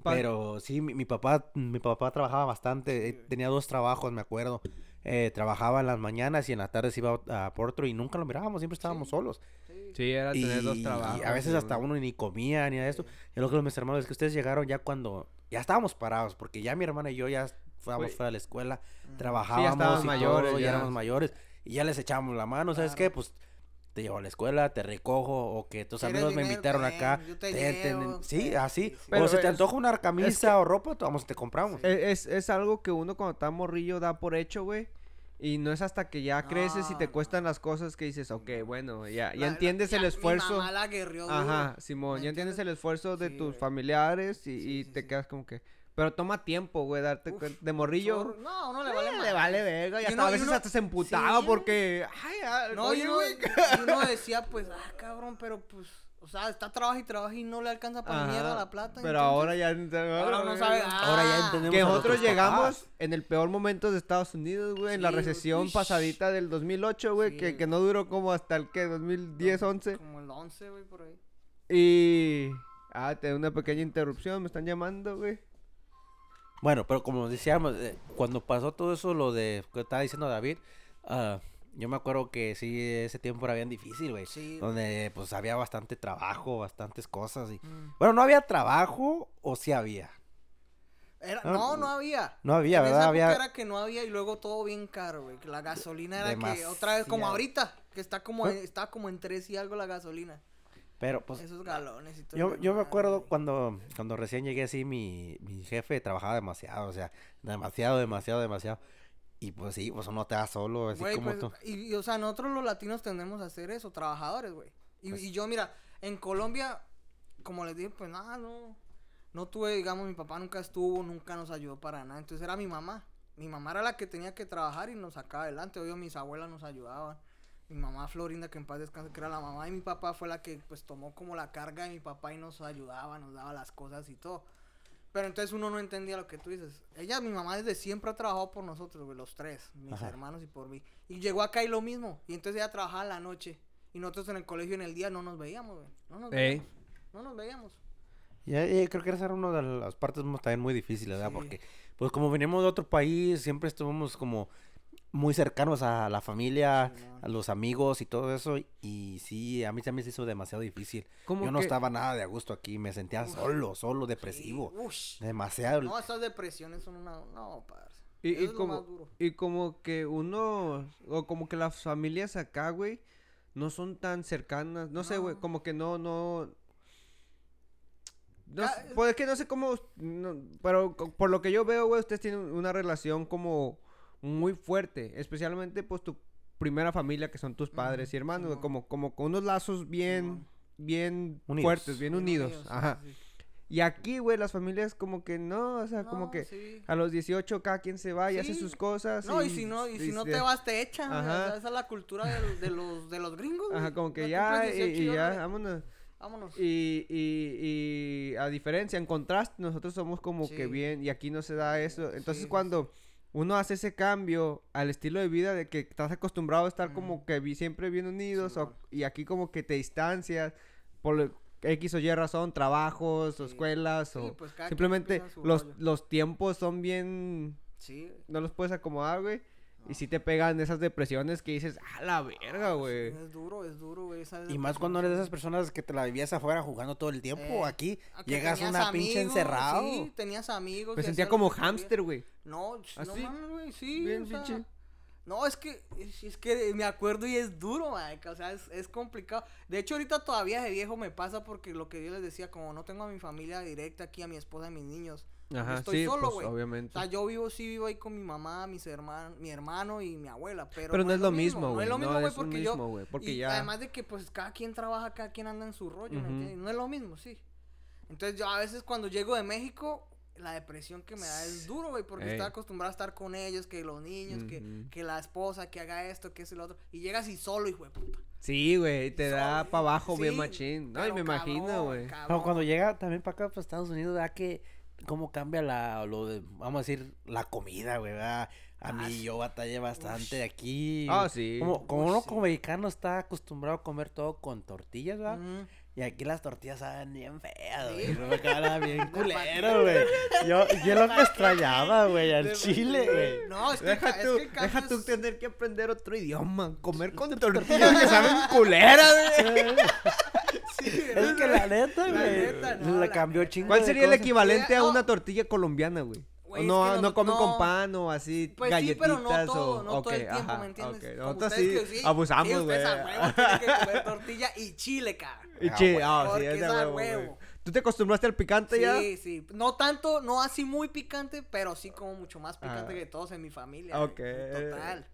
Pa- Pero sí, mi, mi papá, mi papá trabajaba bastante, eh, tenía dos trabajos, me acuerdo. Eh, trabajaba en las mañanas y en las tardes iba a, a por otro y nunca lo mirábamos, siempre estábamos solos. sí. Sí, era tener dos Y trabajos. a veces Simón. hasta uno ni comía ni nada de esto. Yo lo que mis hermanos es que ustedes llegaron ya cuando ya estábamos parados, porque ya mi hermana y yo ya fuéramos Güey. fuera de la escuela, Ujú. trabajábamos estábamos y mayores, todo, ya ya. éramos mayores y ya les echábamos la mano, ¿sabes Claro. qué? Pues te llevo a la escuela, te recojo o que tus ¿Quieres amigos me dinero? invitaron Ten, acá. yo te ten, ten, llevo, sí, ten. Sí, así. sí. Pero o se es- te antoja una camisa o ropa, t- vamos, te compramos. Es, E, es- es algo que uno cuando está morrillo da por hecho, güey. Y no es hasta que ya creces y te No, cuestan las cosas que dices, ok, bueno, ya, La- ya la- entiendes ya, el esfuerzo. Mi mamá la guerrió duro. Ajá, Simón, ¿Me ya entiendes entiendes? el esfuerzo de Sí, tus güey. familiares y, Sí, y sí, te sí. quedas como que... Pero toma tiempo, güey, darte Uf, cuenta. De morrillo... Zorro. No, no le eh, vale le madre. vale verga. Y Y hasta uno- a y veces uno- hasta se emputaba Sí, porque... Ay, ah, No, oye, y uno, güey. y uno decía, pues, ah, cabrón, pero pues, o sea, está trabajo y trabaja y no le alcanza para Ajá, mierda la plata. Pero ahora ya... Ahora Ahora uno sabe. Ahora ya ah, entendemos Que a nosotros nuestros llegamos papás. en el peor momento de Estados Unidos, güey, en la Sí, güey. recesión Ush. pasadita del 2008, güey, Sí, que, güey. que no duró como hasta el que 2010, 11. Como el 11, güey, por ahí. Y ah, tengo una pequeña interrupción, me están llamando, güey. Bueno, pero como decíamos, eh, cuando pasó todo eso, lo de que estaba diciendo David, ah, yo me acuerdo que sí, ese tiempo era bien difícil, güey. Sí, güey. Donde pues había bastante trabajo, bastantes cosas. Y... Bueno, no había trabajo o sí había. Era- No, no, no había. No había, En esa ¿verdad? época Había... era que no había y luego todo bien caro, güey. que La gasolina era que Demasiado. otra vez, como ahorita, que está como, ¿Eh? en- está como en 3 y algo la gasolina. Pero pues Esos galones y todo. Yo, el yo me desmadre, acuerdo güey. cuando, cuando recién llegué así, mi, mi jefe trabajaba demasiado, o sea, demasiado, demasiado, demasiado. Y pues sí, pues uno te da solo, así Güey, como pues, tú. Y, y, o sea, nosotros los latinos tendemos a ser eso, trabajadores, güey. Y, Pues- y yo, mira, en Colombia, como les dije, pues nada, no. No tuve, digamos, mi papá nunca estuvo, nunca nos ayudó para nada. Entonces era mi mamá. Mi mamá era la que tenía que trabajar y nos sacaba adelante. Obvio, mis abuelas nos ayudaban. Mi mamá Florinda, que en paz descanse, que era la mamá de mi papá, fue la que pues tomó como la carga de mi papá y nos ayudaba, nos daba las cosas y todo. Pero entonces uno no entendía lo que tú dices. Ella, mi mamá, desde siempre ha trabajado por nosotros, güey, los tres, mis Ajá. hermanos y por mí. Y llegó acá y lo mismo. Y entonces ella trabajaba en la noche. Y nosotros en el colegio en el día no nos veíamos, güey. No nos Ey. veíamos. No nos veíamos. Y ahí creo que esa era una de las partes mo- también muy difíciles, ¿verdad? Sí. Porque, pues como venimos de otro país, siempre estuvimos como muy cercanos a la familia, Simón. a los amigos y todo eso. Y sí, a mí también se hizo demasiado difícil. Como Yo no que- estaba nada de a gusto aquí, me sentía Uf. solo, solo, Sí, depresivo. ush. Demasiado. No, esas depresiones son una. No, parce. Y, Eso y es lo más como, duro. y como que uno, o como que las familias acá, güey, no son tan cercanas. No, sé, güey, No. como que no, no. no Ca- sé, pues es que no sé cómo. no, pero co- por lo que yo veo, güey, ustedes tienen una relación como muy fuerte. Especialmente, pues, tu primera familia, que son tus padres y hermanos, güey, Simón. como, como con unos lazos bien, bien Unidos. fuertes, bien, Bien unidos. unidos, sí, Ajá. sí, sí. Y aquí, güey, las familias como que no, o sea, Ah, como No, que. sí. A los 18 cada quien se va y hace Sí. sus cosas. No, y si no, y si no se- te vas, te echan. güey. O Ajá. sea, esa es la cultura del- de, los, de los gringos. güey. Ajá, como que No ya, cumples y, 18 y y ya, órale, vámonos. Vámonos. Y, y, y a diferencia, en contraste, nosotros somos como que Sí. bien y aquí no se da eso. Entonces sí, sí. cuando uno hace ese cambio al estilo de vida de que estás acostumbrado a estar como que vi- siempre bien unidos o- Simón. y aquí como que te distancias por lo- X o Y razón, trabajos o Sí. escuelas Sí, o pues, cada quien simplemente empieza su los, rollo. los tiempos son bien Sí. no los puedes acomodar, güey. Y si te pegan esas depresiones que dices, ah, la verga, güey. Es duro, es duro, güey. esa Y más cuando eres de esas personas que te la vivías afuera jugando todo el tiempo. Eh, aquí Ah, que llegas tenías una pinche amigos, encerrado. Sí, tenías amigos. Me que sentía hacían como lo que querías. hámster, güey. No, ch- no Así, mames, güey, sí. ¿Ah, bien o sea, pinche. no, es que, es, es que me acuerdo y es duro, marica, o sea, es, es complicado. De hecho, ahorita todavía de viejo me pasa porque lo que yo les decía, como no tengo a mi familia directa aquí, a mi esposa y mis niños. Ajá, estoy sí, solo, pues, güey. O obviamente. sea, yo vivo, sí vivo ahí con mi mamá, mis hermanos, mi hermano y mi abuela, pero... Pero no es lo mismo, No güey. es lo mismo, No güey, es lo porque yo... mismo, güey. Porque y ya. Además de que pues cada quien trabaja, cada quien anda en su rollo, ¿me Ujú. entiendes? No es lo mismo, sí. Entonces yo a veces cuando llego de México, la depresión que me da es duro, güey, porque Ey. estaba acostumbrado a estar con ellos, que los niños, que, Ujú. que la esposa, que haga esto, que es el otro. Y llegas y solo, hijo de puta. Sí, güey, te Solo, da güey. para abajo bien Sí, machín. Ay, pero me imagino, cabrón, güey. No, cabrón. cuando llega también para acá, para Estados Unidos, da que cómo cambia la, lo de, vamos a decir, la comida, güey, ¿verdad? A mí Ah, sí. yo batallé bastante de aquí. Ah, sí. Como, como Uy, uno sí. como mexicano está acostumbrado a comer todo con tortillas, ¿verdad? Ujú. Y aquí las tortillas saben bien feas, Mm. Sí. güey. No me acaban bien culero, güey. Yo, yo lo que extrañaba, güey, al chile, güey. No, es que, Deja ca- es tú, que el cambio deja tú es- tener que aprender otro idioma, comer con tortillas que saben culeras, güey. Es que la neta, La güey, neta, no, le la cambió neta. chingo ¿Cuál de sería el cosas. equivalente a no. una tortilla colombiana, güey? O oh, Güey, es no, ah, no, que no- comen no. con pan o así Pues sí, galletitas pero no todo, o no todo el ok, tiempo, ajá, ¿me entiendes? ok. Como Nosotros sí ustedes que abusamos, güey. ustedes a huevo tienen que comer tortilla y chile, cabrón. Y Ah, che, güey. ah, sí, Porque es de es a huevo, güey. huevo. ¿Tú te acostumbraste al picante ya? Sí, sí. No tanto, no así muy picante, pero sí como mucho más picante Ah. que todos en mi familia. Ah, güey, ok. Total.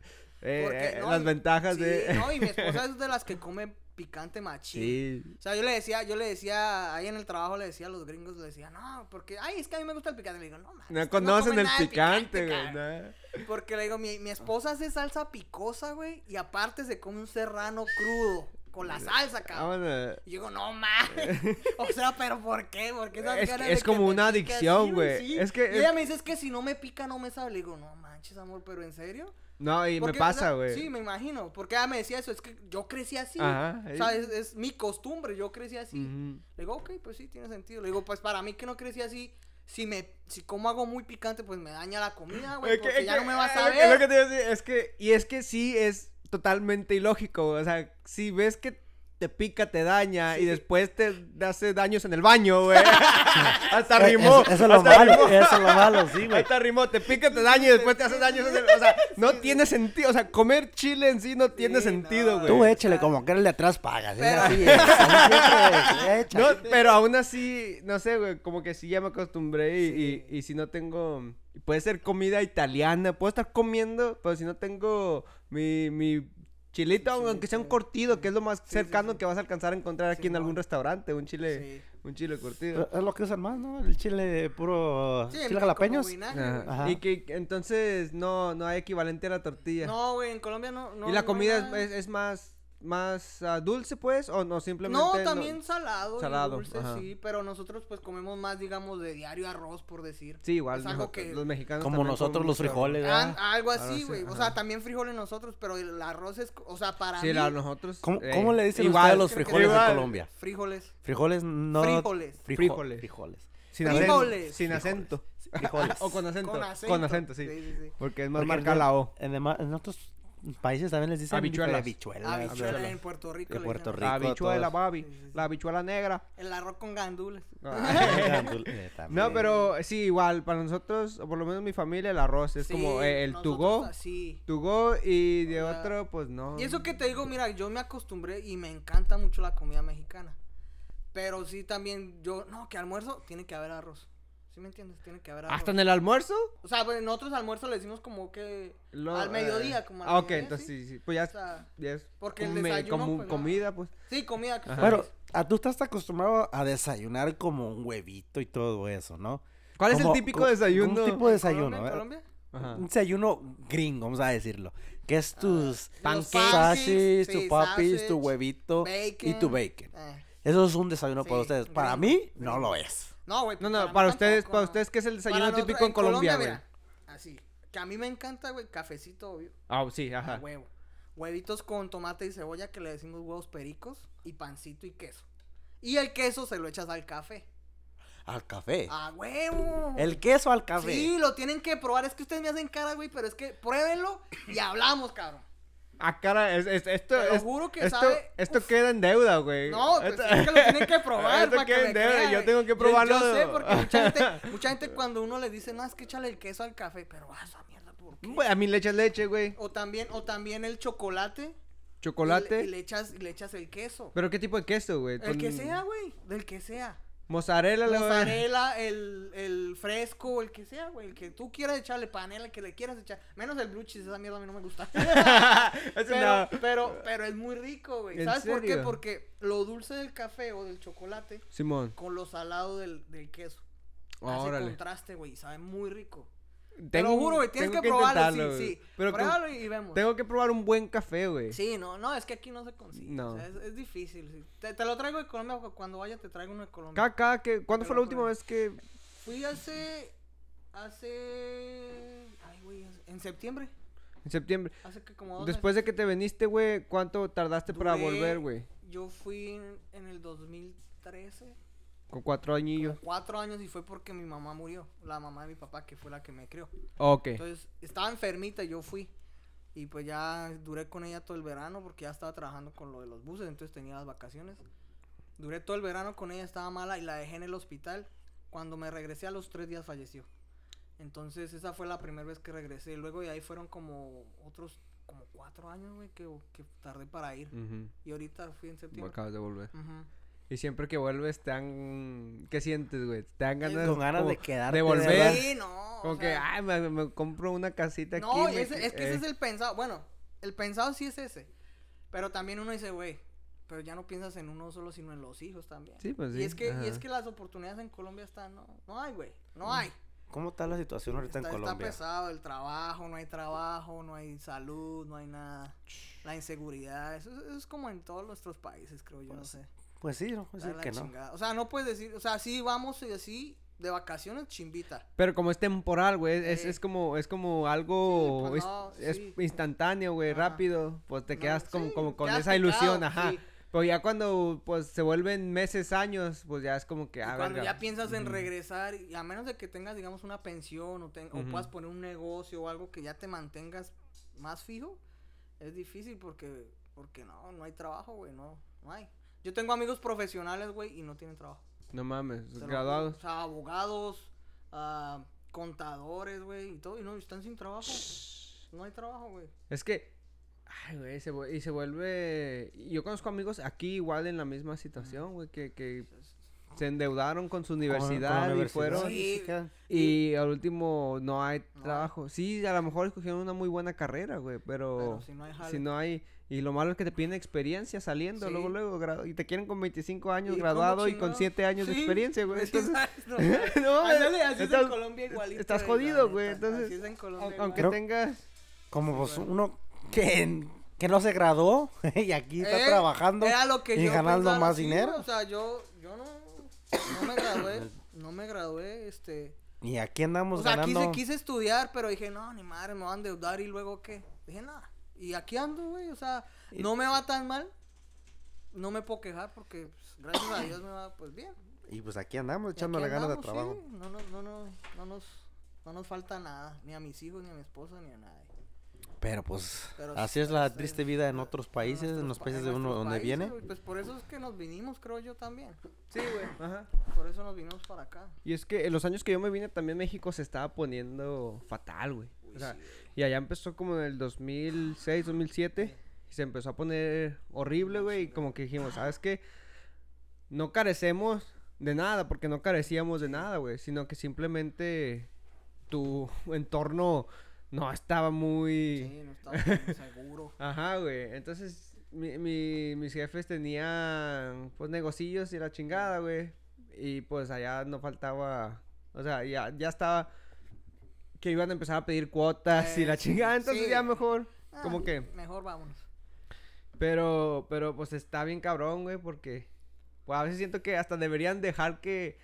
Eh, Porque, eh, no, las y- ventajas sí, de... No, y mi esposa es de las que come picante machín. sí. O sea, yo le decía, yo le decía, ahí en el trabajo le decía a los gringos, le decía, no, porque, ay, es que a mí me gusta el picante. Le digo, no, man, No ustedes conocen comen el nada de picante, güey. cabrón". ¿no? Porque le digo, mi, mi esposa hace salsa picosa, güey, y aparte se come un serrano crudo con Ah, la salsa, cabrón. Vámonos. Y digo, no mames. o sea, pero ¿por qué? Porque Es- es como una adicción, güey. Es que- Y ella me dice, es que si no me pica, no me sabe. Le digo, no manches, amor, pero ¿en serio? No, y me Porque, o sea, pasa, güey. Sí, me imagino. Porque ella me decía eso, es que yo crecí así. Ajá, O sea, eh. es, es mi costumbre, yo crecí así. Ujú. Le digo, ok, pues sí, tiene sentido. Le digo, pues para mí que no crecí así, si me, si como hago muy picante, pues me daña la comida, güey, Es que- porque es ya que- no me vas es a lo que- es lo ver. que te iba a decir, es que- y es que sí es totalmente ilógico, o sea, si ves que te pica, te daña y después te hace daños en el baño, güey. hasta Eh, rimó. Eso, eso es lo hasta malo, rimó. eso es lo malo, sí, güey. Hasta rimó, te pica, te daña y después te hace daños en el, o sea, no tiene sentido, o sea, comer chile en sí no tiene no. sentido, güey. Tú eh, échale como que el de atrás pagas. Pero- Es así, es así, siempre, No, échale. pero aún así, no sé, güey, como que sí ya me acostumbré y, y, y si no tengo... Puede ser comida italiana, puedo estar comiendo, pero si no tengo mi, mi chilito, aunque sea un cortido, que es lo más cercano que vas a alcanzar a encontrar aquí en algún restaurante, un chile, un chile curtido. Es lo que usan más, ¿no? El chile puro. Sí, chile como jalapeños. vinagre, Ajá. güey. Ajá. Y que entonces no, no hay equivalente a la tortilla. No, güey, en Colombia no. no y no hay la comida es- nada. es, es más, más ah, dulce, pues, o no, No, simplemente... también salado. y Salado, dulce, ajá. sí, pero nosotros pues comemos más, digamos, de diario arroz, por decir. Sí, igual, Es algo nosotros- que- los mexicanos Como también nosotros comen los mucho. frijoles, An- ¿verdad? algo Ahora sí, así, güey. o ajá. sea, también frijoles nosotros, pero el arroz es, o sea, para Sí, mí, la- nosotros... ¿Cómo, eh, cómo le dicen igual, ustedes los creo que frijoles igual. en Colombia? frijoles. Frijoles no. ah. Frijoles. Frijo- Frijoles. Frijoles. Sin acento. Frijoles. Sin acento. Frijoles. Ah, O con acento. Con acento. sí. Sí, sí, sí. Porque es más Porque marca en- la O. En, dema- en otros países también les dicen Habichuelas. Habichuelas. Habichuela en habichuelas. Puerto Rico. De le Puerto llaman. La Rico a habichuela, todos. babi. Sí, sí, sí. La habichuela negra. El arroz con gandules. Ah. Eh, también. No, pero sí, igual, para nosotros, o por lo menos mi familia, el arroz es Sí, como eh, el nosotros tugó, Así. tugó y de O sea, otro, pues no. Y eso que te digo, mira, yo me acostumbré y me encanta mucho la comida mexicana. Pero sí también yo, no, que almuerzo tiene que haber arroz. ¿Sí me entiendes? Tiene que haber arroz. ¿Hasta en el almuerzo? O sea, pues, nosotros almuerzo le decimos como que Lo- al mediodía, eh, como al Ah, ok, mediodía, entonces sí. sí, sí, Pues ya, O sea, ya es porque el come- desayuno, como pues, no. comida, pues. sí, comida. que Ajá. Bueno, ustedes- ah, tú estás acostumbrado a desayunar como un huevito y todo eso, ¿no? ¿Cuál es el Como- típico como- desayuno? Un tipo de desayuno, Colombia, en ¿verdad? Colombia? Ajá. Un desayuno gringo, vamos a decirlo. Que es tus Ah, Los sausage, pancakes, tu sí, papis, sausage, tu huevito y tu bacon. bacon. Eh. Eso es un desayuno para Sí, ustedes. Para gringo, mí, no lo es. No, güey. No, pues, no, mí para ustedes, tampoco, para no. ustedes, ¿qué es el desayuno Para nosotros- típico en Colombia, güey? mira, Así. Que a mí me encanta, güey, cafecito, obvio. Ah, sí, a ajá. huevo. Huevitos con tomate y cebolla que le decimos huevos pericos y pancito y queso. Y el queso se lo echas al café. al café. ¡A huevo! El queso al café. Ah. Sí, lo tienen que probar. Es que ustedes me hacen cara, güey, pero es que pruébenlo y hablamos, cabrón. Ah, cara, es, es- esto. Te lo es- juro que esto, sabe- esto uf. queda en deuda, güey. No, pues, Esto- es que lo tienen que probar Esto para que queda me en deuda. crean, Yo güey. tengo que Yo- probarlo. Yo, sé, porque mucha gente, mucha gente cuando uno le dice, no, es que échale el queso al café, pero ah, esa mierda, ¿por qué? Güey, A mí le echas leche, güey. O también, o también el chocolate. Chocolate. Y le, y le echas, y le echas el queso. Pero qué tipo de queso, güey. el que Con sea, güey. Del que sea. Mozzarella, la- Mozzarella, el, el fresco, el que sea, güey. El que tú quieras echarle panela, el que le quieras echar. Menos el blue cheese, esa mierda a mí no me gusta. Eso pero, no. pero, pero es muy rico, güey. ¿En ¿Sabes por qué? serio? Porque lo dulce del café o del chocolate Simón, con lo salado del, del queso. Hace órale. contraste, güey. y Sabe muy rico. Te Tengo- lo juro, güey. Tienes tengo que, probarlo. intentarlo, Sí, güey. sí. Pero que- Pruébalo y vemos. tengo que probar un buen café, güey. Sí, no, no, es que aquí no se consigue. No. o sea, es, es difícil. sí. Te, te lo traigo de Colombia. cu- Cuando vaya, te traigo uno de Colombia. Cada- cada que- ¿Cuándo Te fue lo la última juro. vez que Fui hace. Hace. Ay, güey. hace- En septiembre. en septiembre? Hace que como dos Después de meses. que te veniste, güey, ¿cuánto tardaste para Duré- volver, güey? Yo fui en, en el 2013. Con cuatro añillos. Cuatro años y fue porque mi mamá murió. La mamá de mi papá, que fue la que me crió. Ok. Entonces estaba enfermita y yo fui. Y pues ya duré con ella todo el verano porque ya estaba trabajando con lo de los buses, entonces tenía las vacaciones. Duré todo el verano con ella, estaba mala y la dejé en el hospital. Cuando me regresé a los tres días falleció. Entonces esa fue la primera vez que regresé. Luego de ahí fueron como otros, como cuatro años, güey, que, que tardé para ir. Ujú. Y ahorita fui en septiembre. Acabas de volver. Ujú. Y siempre que vuelves te dan... ¿Qué sientes, güey? Te dan ganas, Con ganas como de quedarte. de volver. ¿verdad? Sí, no. o Como que, sea, ay, me, me compro una casita aquí. No, me ese- qui- es que ese eh". es el pensado. Bueno, el pensado sí es ese. Pero también uno dice, güey, pero ya no piensas en uno solo, sino en los hijos también. Sí, pues sí. y, es que, ajá. Mm. y es que las oportunidades en Colombia están, no, no hay, güey, no hay. ¿Cómo está la situación ahorita Está, en está Colombia? pesado el trabajo, no hay trabajo, no hay salud, no hay nada. La inseguridad, eso, eso es como en todos nuestros países, creo yo, no Pues, sé. Pues sí, no, Está puedo decir la que no. chingada. O sea, no puedes decir, o sea, sí vamos y así, de vacaciones, chimbita. Pero como es temporal, güey, es- es, Sí. es como es como algo Sí, pues es- no, es, sí. instantáneo, güey, Ajá. rápido, pues te No, quedas como, sí, como con quedas esa ilusión, picado, ajá. sí. Pero ya cuando pues se vuelven meses, años, pues ya es como que Y ah, cuando verga. ya piensas en regresar, y a menos de que tengas, digamos, una pensión o, ten- o Ujú. puedas poner un negocio o algo que ya te mantengas más fijo, es difícil porque, porque no, no hay trabajo, güey, no, no hay. Yo tengo amigos profesionales, güey, y no tienen trabajo. No mames, Se lo juro. graduados. O sea, abogados, ah, contadores, güey, y todo, y no, están sin trabajo. No hay trabajo, güey. Es que ay, güey, se vu- y se vuelve yo conozco amigos aquí igual en la misma situación, güey, que, que se endeudaron con su universidad, y universidad. fueron Sí. se quedan. y al último no hay No hay. trabajo. Sí, a lo mejor escogieron una muy buena carrera, güey, Pero si no hay jale. Oh. Si no hay. Y lo malo es que te piden experiencia saliendo, Sí. luego, luego. gra- Y te quieren con 25 años ¿Y cómo graduado y con chingados? 7 años de Sí, experiencia, güey. sí, Entonces, no, no. No, Ándale, así es estás- en Colombia igualito. estás güey, la jodido, güey, neta, entonces, así es en Colombia au- aunque Creo- igual. tengas. Como pues uno que, que no se graduó y aquí está Eh, trabajando era lo que y yo ganando pensaba, más sí, dinero. güey, O sea, yo, yo no, no me gradué, no me gradué, este... Y aquí andamos O sea, ganando. quise, quise estudiar, pero dije, no, ni madre, me van a endeudar y luego qué. Dije, nada. Y aquí ando, güey, o sea, no me va tan mal. No me puedo quejar porque, pues, gracias a Dios, me va, pues, bien. Y pues aquí andamos Y aquí echándole ganas de andamos, trabajo. sí, No, nos- no, no, no nos, no nos falta nada, ni a mis hijos, ni a mi esposa, ni a nadie. Pero pues Pero así sí, es la sí. triste vida en otros países, en nuestros los pa- países de uno nuestros donde países, viene. güey, Pues por eso es que nos vinimos, creo yo también. Sí, güey. Ajá. Por eso nos vinimos para acá. Y es que en los años que yo me vine también México se estaba poniendo fatal, güey. Uy, O sea, sí, güey. y allá empezó como en el 2006, 2007. Y se empezó a poner horrible, güey. Y como que dijimos, ¿sabes qué? No carecemos de nada, porque no carecíamos de nada, güey. Sino que simplemente tu entorno no estaba muy... Sí, no estaba seguro. Ajá, güey. Entonces, mi, mi- mis jefes tenían, pues, negocillos y la chingada, güey. Y pues allá no faltaba. O sea, ya, ya estaba. Que iban a empezar a pedir cuotas y Eh, la sí, chingada. Entonces, sí. ya mejor. Ah, Como que. Mejor vámonos. Pero, pero, pues está bien cabrón, güey, porque. Pues a veces siento que hasta deberían dejar que.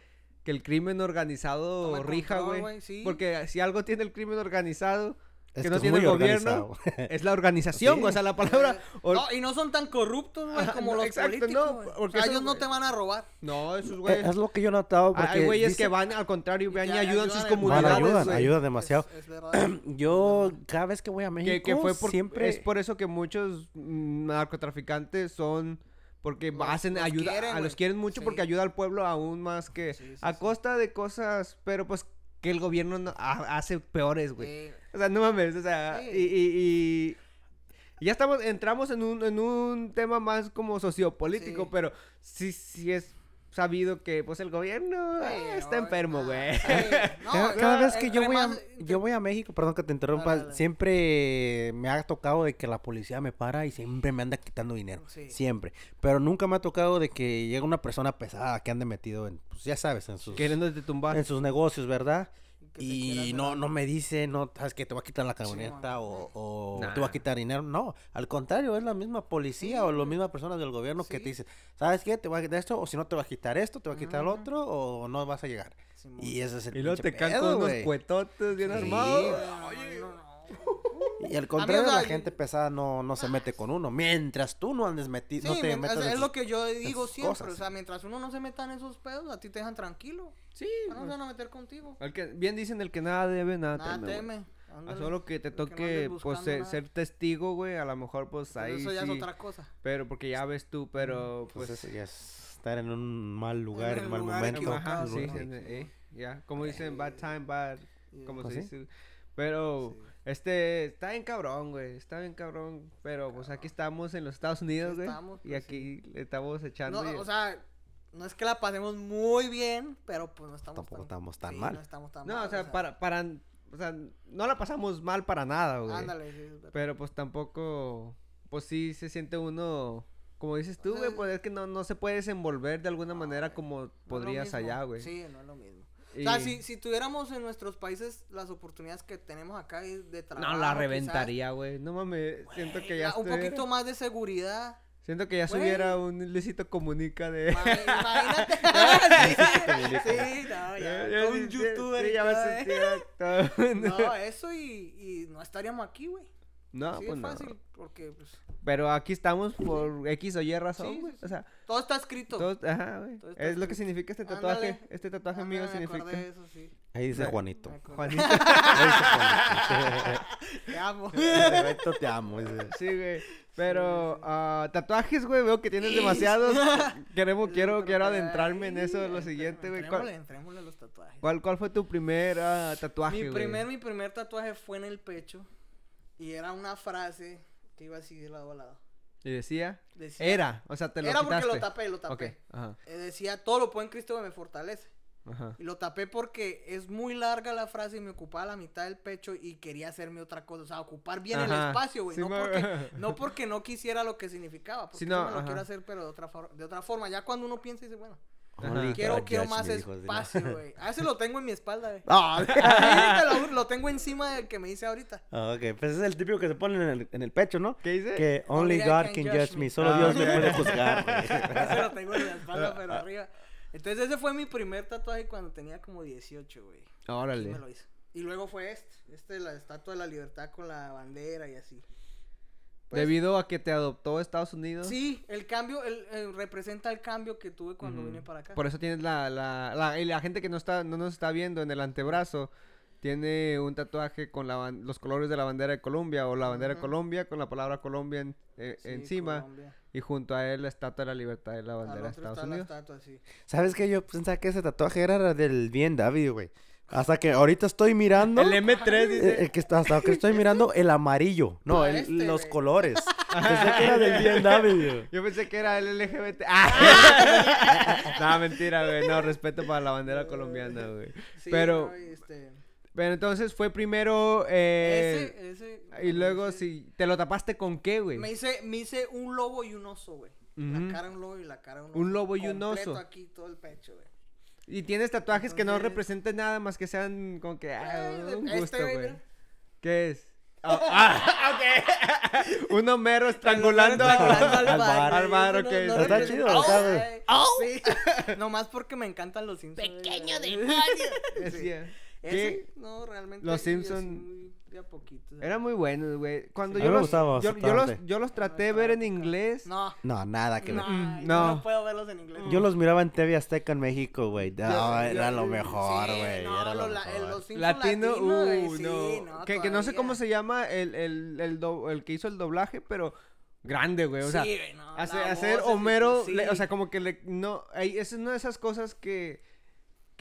Que el crimen organizado Tome rija, control, güey. güey, sí. Porque si algo tiene el crimen organizado, que Esto no es tiene el muy gobierno organizado. es la organización, Sí. güey, o sea, la palabra... or- Eh, No, y no son tan corruptos, güey, Ajá, como no, los exacto, políticos, no, güey. O porque sea, esos ellos no güey- te van a robar. no, esos Eh, güeyes... Es lo que yo he notado porque Hay güeyes que dice- van al contrario, van y Ya, ayudan sus en- Van, comunidades, ayudan, güey. ayudan demasiado. Es, es verdad. Yo cada vez que voy a México que, que fue por, siempre es por eso que muchos mm, narcotraficantes son porque Los- hacen los ayuda quieren, a- güey. los quieren mucho porque Sí. ayuda al pueblo aún más que Sí, sí, a sí. costa de cosas pero pues que el gobierno no- ha- hace peores güey Sí, o sea no mames o sea Sí. y, y- y- y ya estamos entramos en un en un tema más como sociopolítico Sí. pero sí sí es sabido que pues el gobierno Sí, eh, está no, enfermo ah, güey sí. No, Cada, cada no, vez que el- yo voy, a, además, yo voy a México, perdón que te interrumpa, dale. siempre me ha tocado de que la policía me para y siempre me anda quitando dinero. Sí. Siempre. Pero nunca me ha tocado de que llega una persona pesada que ande metido en, pues ya sabes, en sus, queriéndote tumbar en sus negocios, ¿verdad? que te Y quieras no, ver no algo. me dice, no, sabes que te va a quitar la camioneta o, o Nah. te va a quitar dinero. No, al contrario, es la misma policía o las mismas personas del gobierno que te dicen, ¿sabes qué? Te va a quitar esto o si no te va a quitar esto, te va a quitar lo otro o no vas a llegar. Simón. Y ese es el y luego pinche te cantan pedo, unos güey. cuetotes bien Sí, armados güey. Ay, no, no. Y al contrario, la sea, gente pesada no, no se mete con uno. Mientras tú no andes metido, Sí, no te men- metas es, en es sus- lo que yo digo sus siempre. cosas, o sea, mientras uno no se meta en esos pedos, a ti te dejan tranquilo. sí No se pues. van a meter contigo. Al que- bien dicen el que nada debe, nada, Nada teme. güey. teme. A ándale. solo que te El que no andes toque pues, buscando ser, nada. ser testigo, güey, a lo mejor pues Pero ahí Eso ya sí, es otra cosa. Pero porque ya ves tú, pero Pues, pues... eso ya es estar en un mal lugar, en el un mal lugar momento. ajá, equivocado, sí, Sí. en- eh, ya, como dicen, bad time, bad... Como Pues, se sí. dice. Pero, Sí. este, está bien cabrón, güey, está bien cabrón, pero pues aquí estamos en los Estados Unidos, güey, estamos, y pues, aquí le estamos echando... No, y- o sea, no es que la pasemos muy bien, pero pues no estamos Tampoco estamos tan sí, mal. No estamos tan no, mal. o sea, para, para, o sea, no la pasamos mal para nada, güey. Ándale, sí, es verdad. Pero pues tampoco, pues sí se siente uno, como dices tú, güey, sea, pues es que no, no se puede desenvolver de alguna manera como No es lo podrías mismo. allá, güey. Sí, no es lo mismo. O sea, Y- si, si tuviéramos en nuestros países las oportunidades que tenemos acá y de trabajo. No, la quizás, reventaría, güey. No mames, siento que ya la- un estuviera- poquito más de seguridad. Siento que ya Güey. subiera un Luisito Comunica de... Ma- Imagínate. sí, sí, Ya- no, ya. ya todo sí- un sí- youtuber. sí, y ya me todo, ¿eh? sentía todo el mundo. No, eso y, y no estaríamos aquí, güey. No, sí, pues es no. fácil, porque pues, Pero aquí estamos por X o Y Sí, razón, sí, güey. sí. O sea, todo está escrito. todos... Ajá, güey. Todo está Es lo que escrito. significa este tatuaje. Ándale. Este tatuaje Ah, mío me acordé de significa... eso, sí. Ahí dice Me- Juanito. Me acordé. Juanito. Te amo. Perfecto, te amo. dice. Sí, güey. Pero ah, tatuajes, güey, veo que tienes demasiados. Queremos, quiero, quiero adentrarme en eso de lo siguiente, güey. Entrémosle, ¿Cuál, entrémosle a los tatuajes. cuál, cuál fue tu primer ah, tatuaje, Mi güey? primer, mi primer tatuaje fue en el pecho. Y era una frase que iba así de lado a lado. Y decía, Decía- era, o sea, te lo Era porque quitaste. lo tapé, lo tapé. Ok, ajá, Eh, decía, todo lo puedo en Cristo que me fortalece. ajá. Y lo tapé porque es muy larga la frase y me ocupaba la mitad del pecho y quería hacerme otra cosa. O sea, ocupar bien el Ajá, espacio, güey. sí no, me- porque, no porque no quisiera lo que significaba. Porque Sí, eso no, me lo ajá. quiero hacer, pero de otra, for- de otra forma. Ya cuando uno piensa y dice, bueno, Only quiero, God quiero judge más Ah, me, dijo, así, ¿no? espacio, güey. A ese lo tengo en mi espalda, güey. Ah, Ahorita lo, lo tengo encima del que me hice ahorita. ok, pues es el típico que se pone en el, en el pecho, ¿no? ¿Qué dice? Que Oh, only God can judge me. Solo Ah, Dios me ok. puede juzgar. güey. A ese lo tengo en la espalda, pero arriba. Entonces ese fue mi primer tatuaje cuando tenía como 18, güey. Sí Órale. me lo hice. Y luego fue este, este la estatua de la libertad con la bandera y así. pues. Debido a que te adoptó Estados Unidos. Sí, el cambio, el, el- representa el cambio que tuve cuando ujú. vine para acá. Por eso tienes la, la, la- y la gente que no está, no nos está viendo en el antebrazo. Tiene un tatuaje con la ban- los colores de la bandera de Colombia o la bandera de Ujú. Colombia con la palabra Colombia en- eh, Sí, encima. Colombia. Y junto a él la estatua de la libertad y la Al bandera de otro está Estados la Unidos. estatua, sí. ¿Sabes qué? Yo pensaba que ese tatuaje era del bien David, güey. Hasta que ahorita estoy mirando. El em- M3 Eh, dice. El que está, hasta que estoy mirando, el amarillo. No, Ah, el- este, los güey. colores. Pensé que era del BMW. güey. Yo pensé que era el LGBT. ¡Ah! no, mentira, güey. No, respeto para la bandera colombiana, güey. Sí, Pero- no, y este, Pero entonces fue primero. eh, ese, ese, Y bueno, luego, ese- si. ¿Te lo tapaste con qué, güey? Me hice, me hice un lobo y un oso, güey. Ujú. La cara un lobo y la cara un oso. Un lobo y un completo oso. aquí todo el pecho, güey. Y tienes tatuajes que no Entonces- representen nada más que sean como que. ah, Ay, de- un este, gusto, güey, güey. mira. ¿Qué es? Oh, ah, ok. Un Homero estrangulando Estrangulando al bar. Al bar, Eso ok. no- no Está representa- chido, ¡Au! ¿sabes? ¡Au! Sí. Nomás porque me encantan los Simpsons. Pequeño demonio. Decía, Ese, ¿qué? no, realmente. Los yo soy Simpson- muy- De a poquito. o sea. Eran muy buenos, güey. Cuando A yo mí me los, gustaba yo, yo los bastante. yo los traté de ver en inglés. No. No, nada que ver. No, Mm, no. no. no puedo verlos en inglés. Yo los miraba en TV Azteca en México, güey. No, Yo- era yo- lo mejor, Sí, güey. no, era lo los la- eh, mejor. los Simpson Latino, latino, güey, uh, sí, no. que, que no sé todavía. cómo se llama el, el, el, do- el que hizo el doblaje, pero grande, güey. O sea, Sí, güey, no, hace- la hacer voz, el- Homero, sí. le- o sea, como que le, no, ahí- esa es una de esas cosas que,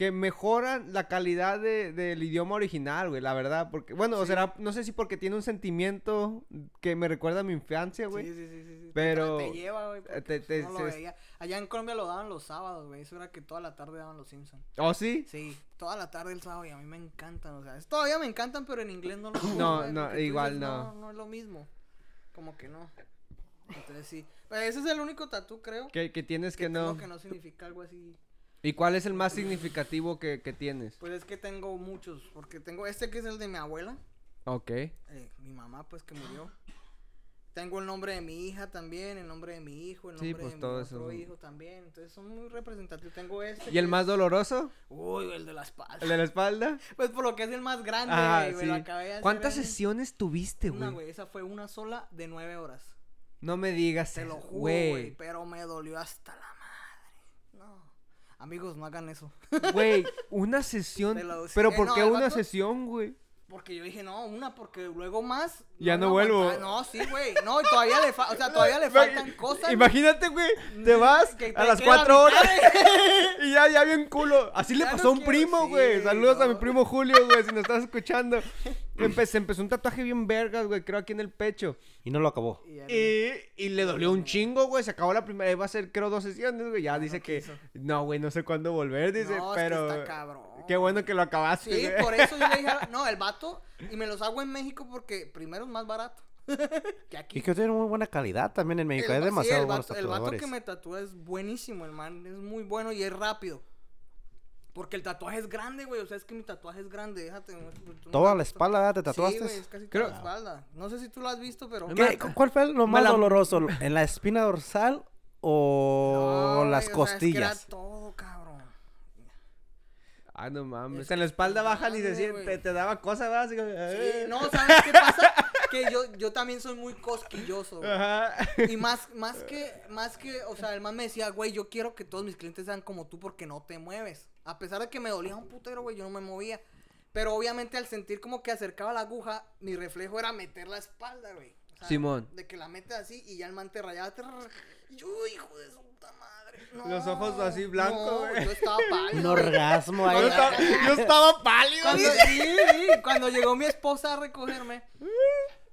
que mejoran la calidad de- del idioma original, güey, la verdad. Porque, bueno, o será, no sé si porque tiene un sentimiento que me recuerda a mi infancia, güey. Sí, sí, sí, sí, sí, te- Pero- Te, lleva, güey. porque, te- pues, te- no lo se- veía. Allá en Colombia lo daban los sábados, güey. Eso era que toda la tarde daban los Simpsons. ¿Oh, sí? Sí, toda la tarde el sábado y a mí me encantan. O sea, es- todavía me encantan, pero en inglés no los puedo No, ver, no, porque tú igual dices, no. no. No es lo mismo. Como que no. Entonces sí. Pero ese es el único tatú, creo. Que, que tienes que, tengo no. que no significa algo así. ¿Y cuál es el más significativo que, que tienes? Pues es que tengo muchos. Porque tengo este que es el de mi abuela. Ok. eh, mi mamá, pues, que murió. Tengo el nombre de mi hija también, el nombre de mi hijo, el Sí, nombre pues, de mi todo otro eso son- hijo también. Entonces son muy representativos. Tengo este. ¿Y que el es- más doloroso? Uy, el de la espalda. ¿El de la espalda? Pues por lo que es el más grande, Ajá, güey, güey, lo sí. acabé de hacer ¿Cuántas en- sesiones tuviste, Una, güey? güey, esa fue una sola de nueve horas. No me digas, Se lo eso, juro, güey, pero me dolió hasta la madre. No. Amigos, no hagan eso. Güey, una sesión. Te lo- Pero eh, ¿por no, qué el una vato- sesión, güey? Porque yo dije, no, una, porque luego más. Ya no la vuelvo. aguantaba. No, sí, güey. No, y todavía le, fa- o sea, todavía le Ima- faltan cosas. güey. Imagínate, güey, te vas Que te a las queda la 4 horas mitad, y ya, ya bien culo. Así le Ya no pasó a un quiero- primo, sí, güey. Saludos a mi no. primo Julio, güey, si nos estás escuchando. Empe- se empezó un tatuaje bien vergas, güey, creo aquí en el pecho. Y no lo acabó. Y ya no. Y, y le dolió un chingo, güey. Se acabó la primera. Iba a ser, creo, dos sesiones, güey. Ya dice que. quiso. No, güey, no sé cuándo volver. Dice, No, es que pero. está cabrón, Qué bueno que lo acabaste. Sí, güey. por eso yo le dije, a- no, el vato, y me los hago en México porque primero es más barato que Y aquí. que tiene muy buena calidad también en México. El es va- sí, demasiado el buenos vato, el vato tatuadores. que me tatúa es buenísimo, el man es muy bueno y es rápido. Porque el tatuaje es grande, güey, o sea, es que mi tatuaje es grande, déjate. no- pues, no- Toda no- la espalda ¿verdad? te Sí, tatuaste. güey, es casi Creo- toda la espalda. No sé si tú lo has visto, pero... Es ¿Qué? ¿Cu- ¿Cuál fue lo más la- doloroso? ¿En la espina dorsal o No, las güey, o sea, es que era costillas? todo, cabrón. Ah, no mames. Es en la espalda que baja ni grande, se siente. güey. Te, te daba cosa, ¿verdad? Así como, Sí, "Eh". no, ¿sabes qué pasa? Que yo, yo también soy muy cosquilloso, güey. Ajá. Y más, más que, más que, o sea, el man me decía, güey, yo quiero que todos mis clientes sean como tú porque no te mueves. A pesar de que me dolía un putero, güey, yo no me movía. Pero obviamente al sentir como que acercaba la aguja, mi reflejo era meter la espalda, güey. O sea, Simón. De que la metes así y ya el man te rayaba. trrr, y yo, hijo de su puta madre. no, Los ojos así blancos, no, güey. Yo estaba Un pálido. güey. orgasmo ahí. Yo estaba, yo estaba pálido. Cuando, güey. sí, sí, cuando llegó mi esposa a recogerme,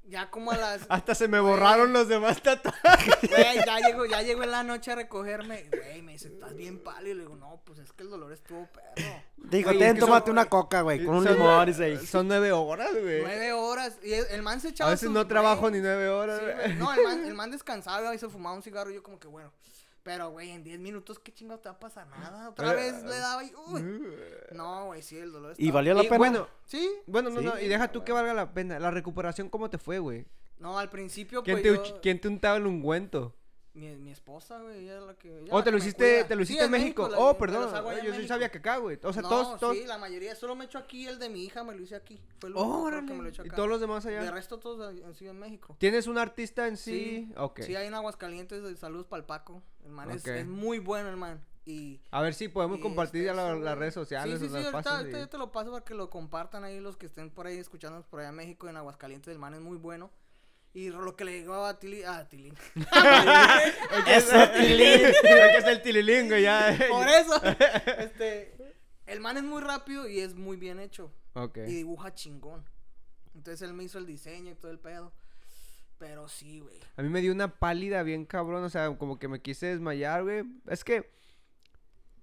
ya como a las Hasta se me borraron los demás tatuajes. Güey, ya llegó, ya llegó en la noche a recogerme. Güey, me dice, estás bien pálido. Le digo, no, pues es que el dolor estuvo Eh. perro. Dijo, Oye, ten, que son- tómate una coca, güey, con un Son- limón. dice. Son nueve horas, güey. Nueve horas. Y el, el man se echaba. A veces sus- no trabajo güey, ni nueve horas, sí, güey. güey. No, el man, el man descansaba y se fumaba un cigarro. Y yo, como que bueno. Pero, güey, en diez minutos, ¿qué chingado te va a pasar? Nada. Otra Eh, mm. vez le daba y. Uy. No, güey, sí, el dolor. ¿Y estaba- valió la pena? bueno. Sí. Bueno, no, Sí. no, y deja tú que valga la pena. La recuperación, ¿cómo te fue, güey? No, al principio, ¿Quién, pues. te, yo- uch- quién te untaba el ungüento? Mi, mi esposa, güey, ella es la que. ella Oh, la te que lo me hiciste, cuida. te lo Sí, hiciste en México. las- oh, me perdón. las hago allá en Yo sí México. sabía que acá, güey. O sea, no, todos, todos. sí, la mayoría. Solo me echo aquí el de mi hija, me lo hice aquí. Fue el único creo que Órale. me lo he hecho Y acá. todos los demás De allá. resto todos han sido en México. ¿Tienes un artista en sí? Ok. Sí, hay en Aguascalientes, eh, saludos para el Paco. El man es- Ok. es, muy bueno, el man. Y... A ver si podemos y compartir este, ya la- eso, las güey. redes sociales. Sí, sí, o sí, las ahorita, pasas ahorita y- yo te lo paso para que lo compartan ahí los que estén por ahí escuchándonos por allá en México, en Aguascalientes, el man es muy bueno. Y lo que le digo a Tilín, a Tilín, Eso, Tilín. Creo que es el tililingo ya. por eso, este, el man es muy rápido y es muy bien hecho. ok. y dibuja chingón. Entonces él me hizo el diseño y todo el pedo. Pero sí, güey. A mí me dio una pálida bien cabrón, o sea, como que me quise desmayar, güey. Es que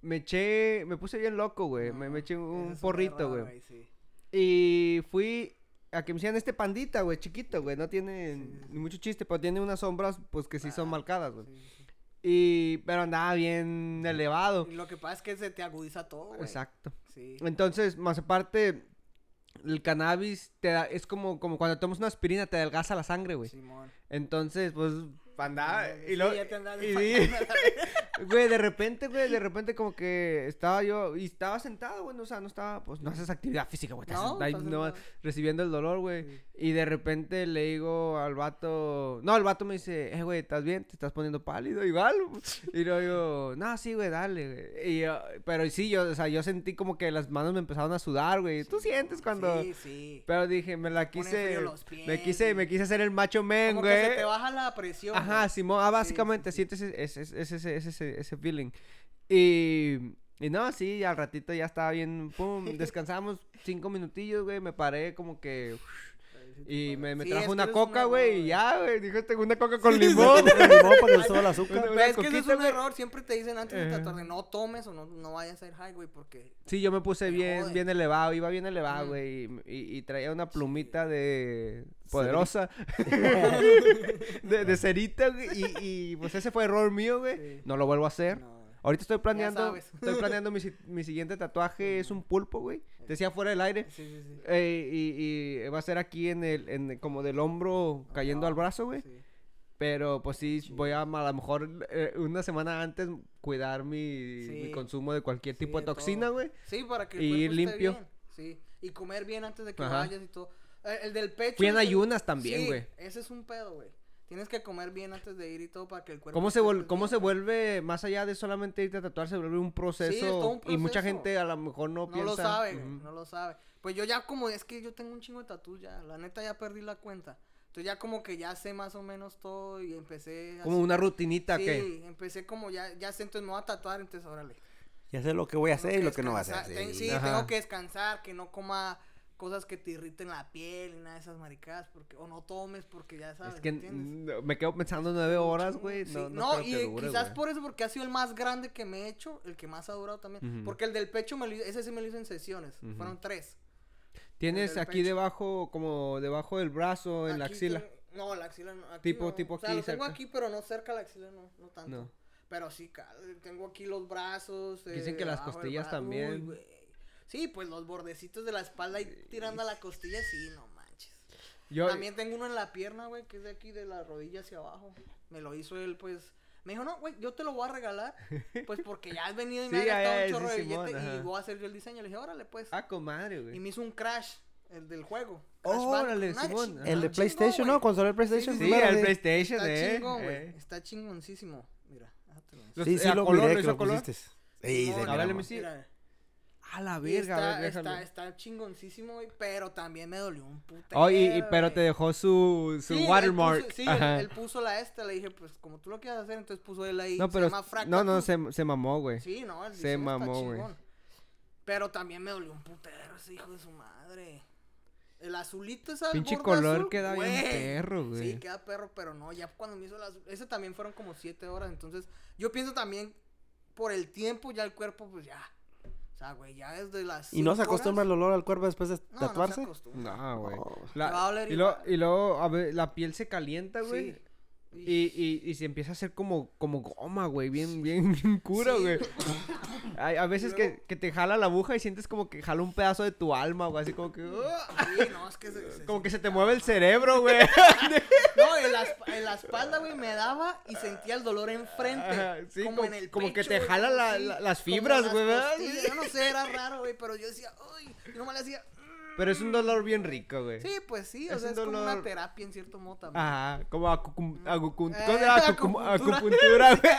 me eché, me puse bien loco, güey. me, me eché No, esa es un una porrito, rara, güey. sí. Y fui a que me hicieran este pandita, güey, chiquito, güey. No tiene ni mucho chiste, pero tiene unas sombras, pues que sí son marcadas, güey. Ah, sí, sí. Y, pero andaba bien elevado. Y Lo que pasa es que se te agudiza todo, güey. Exacto. Sí. Entonces, más aparte, el cannabis te da, es como, como cuando tomas una aspirina, te adelgaza la sangre, güey. Simón. Entonces, pues, andaba. Ah, Sí, Y, luego- ya te andas y, empacando sí, la verga. Güey, de repente, güey, de repente como que estaba yo y estaba sentado, güey, no, o sea, no estaba, pues no haces actividad física, güey, estás No, sentado ahí estás nomás sentado. recibiendo el dolor, güey. Y de repente le digo al vato, no, el vato me dice, eh, güey, ¿estás bien? Te estás poniendo pálido, igual. Y yo digo, no, sí, güey, dale, güey. Y yo- pero sí, yo, o sea, yo sentí como que las manos me empezaron a sudar, güey. Tú sientes cuando... Sí, sí. Pero dije, me la Ponen quise, frío los me pies quise, y- me quise hacer el macho men, Como güey. que se te baja la presión. Ajá, güey. Simón, ah, Sí, básicamente sí, sientes ese, ese, ese, ese, ese- ese feeling. Y, y no, sí, al ratito ya estaba bien, pum, descansamos cinco minutillos, güey, me paré como que... Y me, me Sí, es trajo que una eres un coca, güey, mamón, y ya, güey, dijo, tengo una coca con Con limón. limón, para que le suba el azúcar. Una- Pero es que ese es coquita, un güey. error, siempre te dicen antes de Ajá. tratar de no tomes o no, no vayas a ir high, güey, porque Sí, yo me puse Te Mm. bien, jode. bien elevado, iba bien elevado, Ujú. güey, y, y- y traía una plumita de poderosa, de, de cerita, güey, y, y pues ese fue error mío, güey, Sí. no lo vuelvo a hacer. no. Ahorita estoy planeando, sabes. estoy planeando mi, si- mi siguiente tatuaje, es un pulpo, güey, decía fuera del aire, Sí, sí, sí. eh, y, y va a ser aquí en el, en, como del hombro cayendo al brazo, güey. sí. Pero pues sí, voy a a lo mejor eh, una semana antes cuidar mi, mi Sí. consumo de cualquier tipo de Sí, de toxina, todo. güey. Sí, para que el Y cuerpo esté limpio. bien, Sí, y comer bien antes de que Ajá. vayas y todo. Eh, El, del pecho. Fui en es el- ayunas también, Sí, güey. Ese es un pedo, güey. Tienes que comer bien antes de ir y todo para que el cuerpo. ¿Cómo se, esté, vol- pues, cómo bien. se vuelve, más allá de solamente irte a tatuar, se vuelve un proceso? es todo un Y mucha proceso. gente a lo mejor no, No piensa. lo sabe, güey, ujú. no lo sabe. Pues yo ya como, es que yo tengo un chingo de tatu ya, la neta ya perdí la cuenta. Entonces ya como que ya sé más o menos todo y empecé Como así- una rutinita Sí, que... empecé como ya, ya sé, entonces me voy a tatuar, entonces órale. Ya sé lo que voy a hacer y Tengo lo que no voy a descansar, hacer. ten- sí. Sí, Ajá. tengo que descansar, que no coma cosas que te irriten la piel y nada de esas maricadas, porque, o no tomes porque ya sabes. Es que ¿entiendes? n- me quedo pensando nueve horas, güey. Sí, No, No, no, creo y eh, que dure, quizás güey. por eso, porque ha sido el más grande que me he hecho, el que más ha durado también. Ujú. Porque el del pecho, me lo hice- ese sí me lo hice en sesiones, Ujú. fueron tres. Tienes del aquí pecho. debajo, como debajo del brazo, en la Aquí axila. tengo- No, la axila no. aquí Tipo- no. tipo O sea, aquí lo tengo cerca. aquí, pero no cerca a la axila, no, no tanto. No. Pero sí, ca- tengo aquí los brazos. eh, Dicen que las abajo del costillas brazo. Uy, también. güey. sí, pues los bordecitos de la espalda y tirando a la costilla, sí, no manches. Yo, También tengo uno en la pierna, güey, que es de aquí, de la rodilla hacia abajo. Me lo hizo él, pues. Me dijo, no, güey, yo te lo voy a regalar. Pues porque ya has venido y me Sí, ha ya, gastado ya, un chorro sí, de Simón, billete y ajá. voy a hacer yo el diseño. Le dije, órale, pues. Ah, comadre, Y güey. me hizo un crash, el del juego. Crash Bandicoot, Órale, una Simón. chi- ajá. El de Ah, chingón, PlayStation, güey. ¿no? Cuando salió el PlayStation. Sí, primero, el sí. PlayStation, Está eh. chingón, güey. eh. Está chingoncísimo. Mira, ah, te lo muestro. Los- Sí, sí, ¿a lo color lo miré, que hizo a lo color? pusiste. Sí, Simón, se Háblale, grabó. mi sí. mira. A la Y verga, a ver, está, déjalo. está, está chingoncísimo, güey, pero también me dolió un puto. Oh, y- y- pero te dejó su, su watermark. sí, él- Ajá. él, puso la esta, le dije, pues como tú lo quieres hacer, entonces puso él ahí. no, se pero. llama Fractal. no, no, se, se mamó, güey. Sí, no, el se diseño está mamó, güey. chingón. Pero también me dolió un putero ese hijo de su madre. El azulito es Pinche color queda bien perro, güey. Sí, queda perro, pero no, ya cuando me hizo el azul. Ese también fueron como siete horas, entonces yo pienso también por el tiempo ya el cuerpo, pues ya. O sea, güey, ya desde las. ¿Y no se cinco acostumbra horas- el olor al cuerpo después de No, no se tatuarse? Oh, acostumbra. No, güey. No. La- Oh, Va a oler y, luego, igual. y luego, a ver, la piel se calienta, güey. Sí. Y, y, y se empieza a hacer como, como goma, güey. Bien, bien, bien cura, Sí. güey. Hay- a veces que, que te jala la aguja y sientes como que jala un pedazo de tu alma, güey. Así como que. ¡ah! Sí, no, es que se, se- como que se te mueve el cerebro, güey. No, en la, esp- en la espalda, güey, me daba y sentía el dolor enfrente. Ajá, sí, como, como- en el como que pecho, te güey, jala como la- así, la- las como fibras, güey, ¿verdad? costillas, Yo no sé, era raro, güey, pero yo decía, uy, y nomás le hacía. "Mm". Pero es un dolor bien rico, güey. Sí, pues sí, o Es sea, un es como una dolor- terapia en cierto modo también. Ajá, como acucum- acucun- Eh, ¿cómo se llama? Acucum- acupuntura. acupuntura, güey.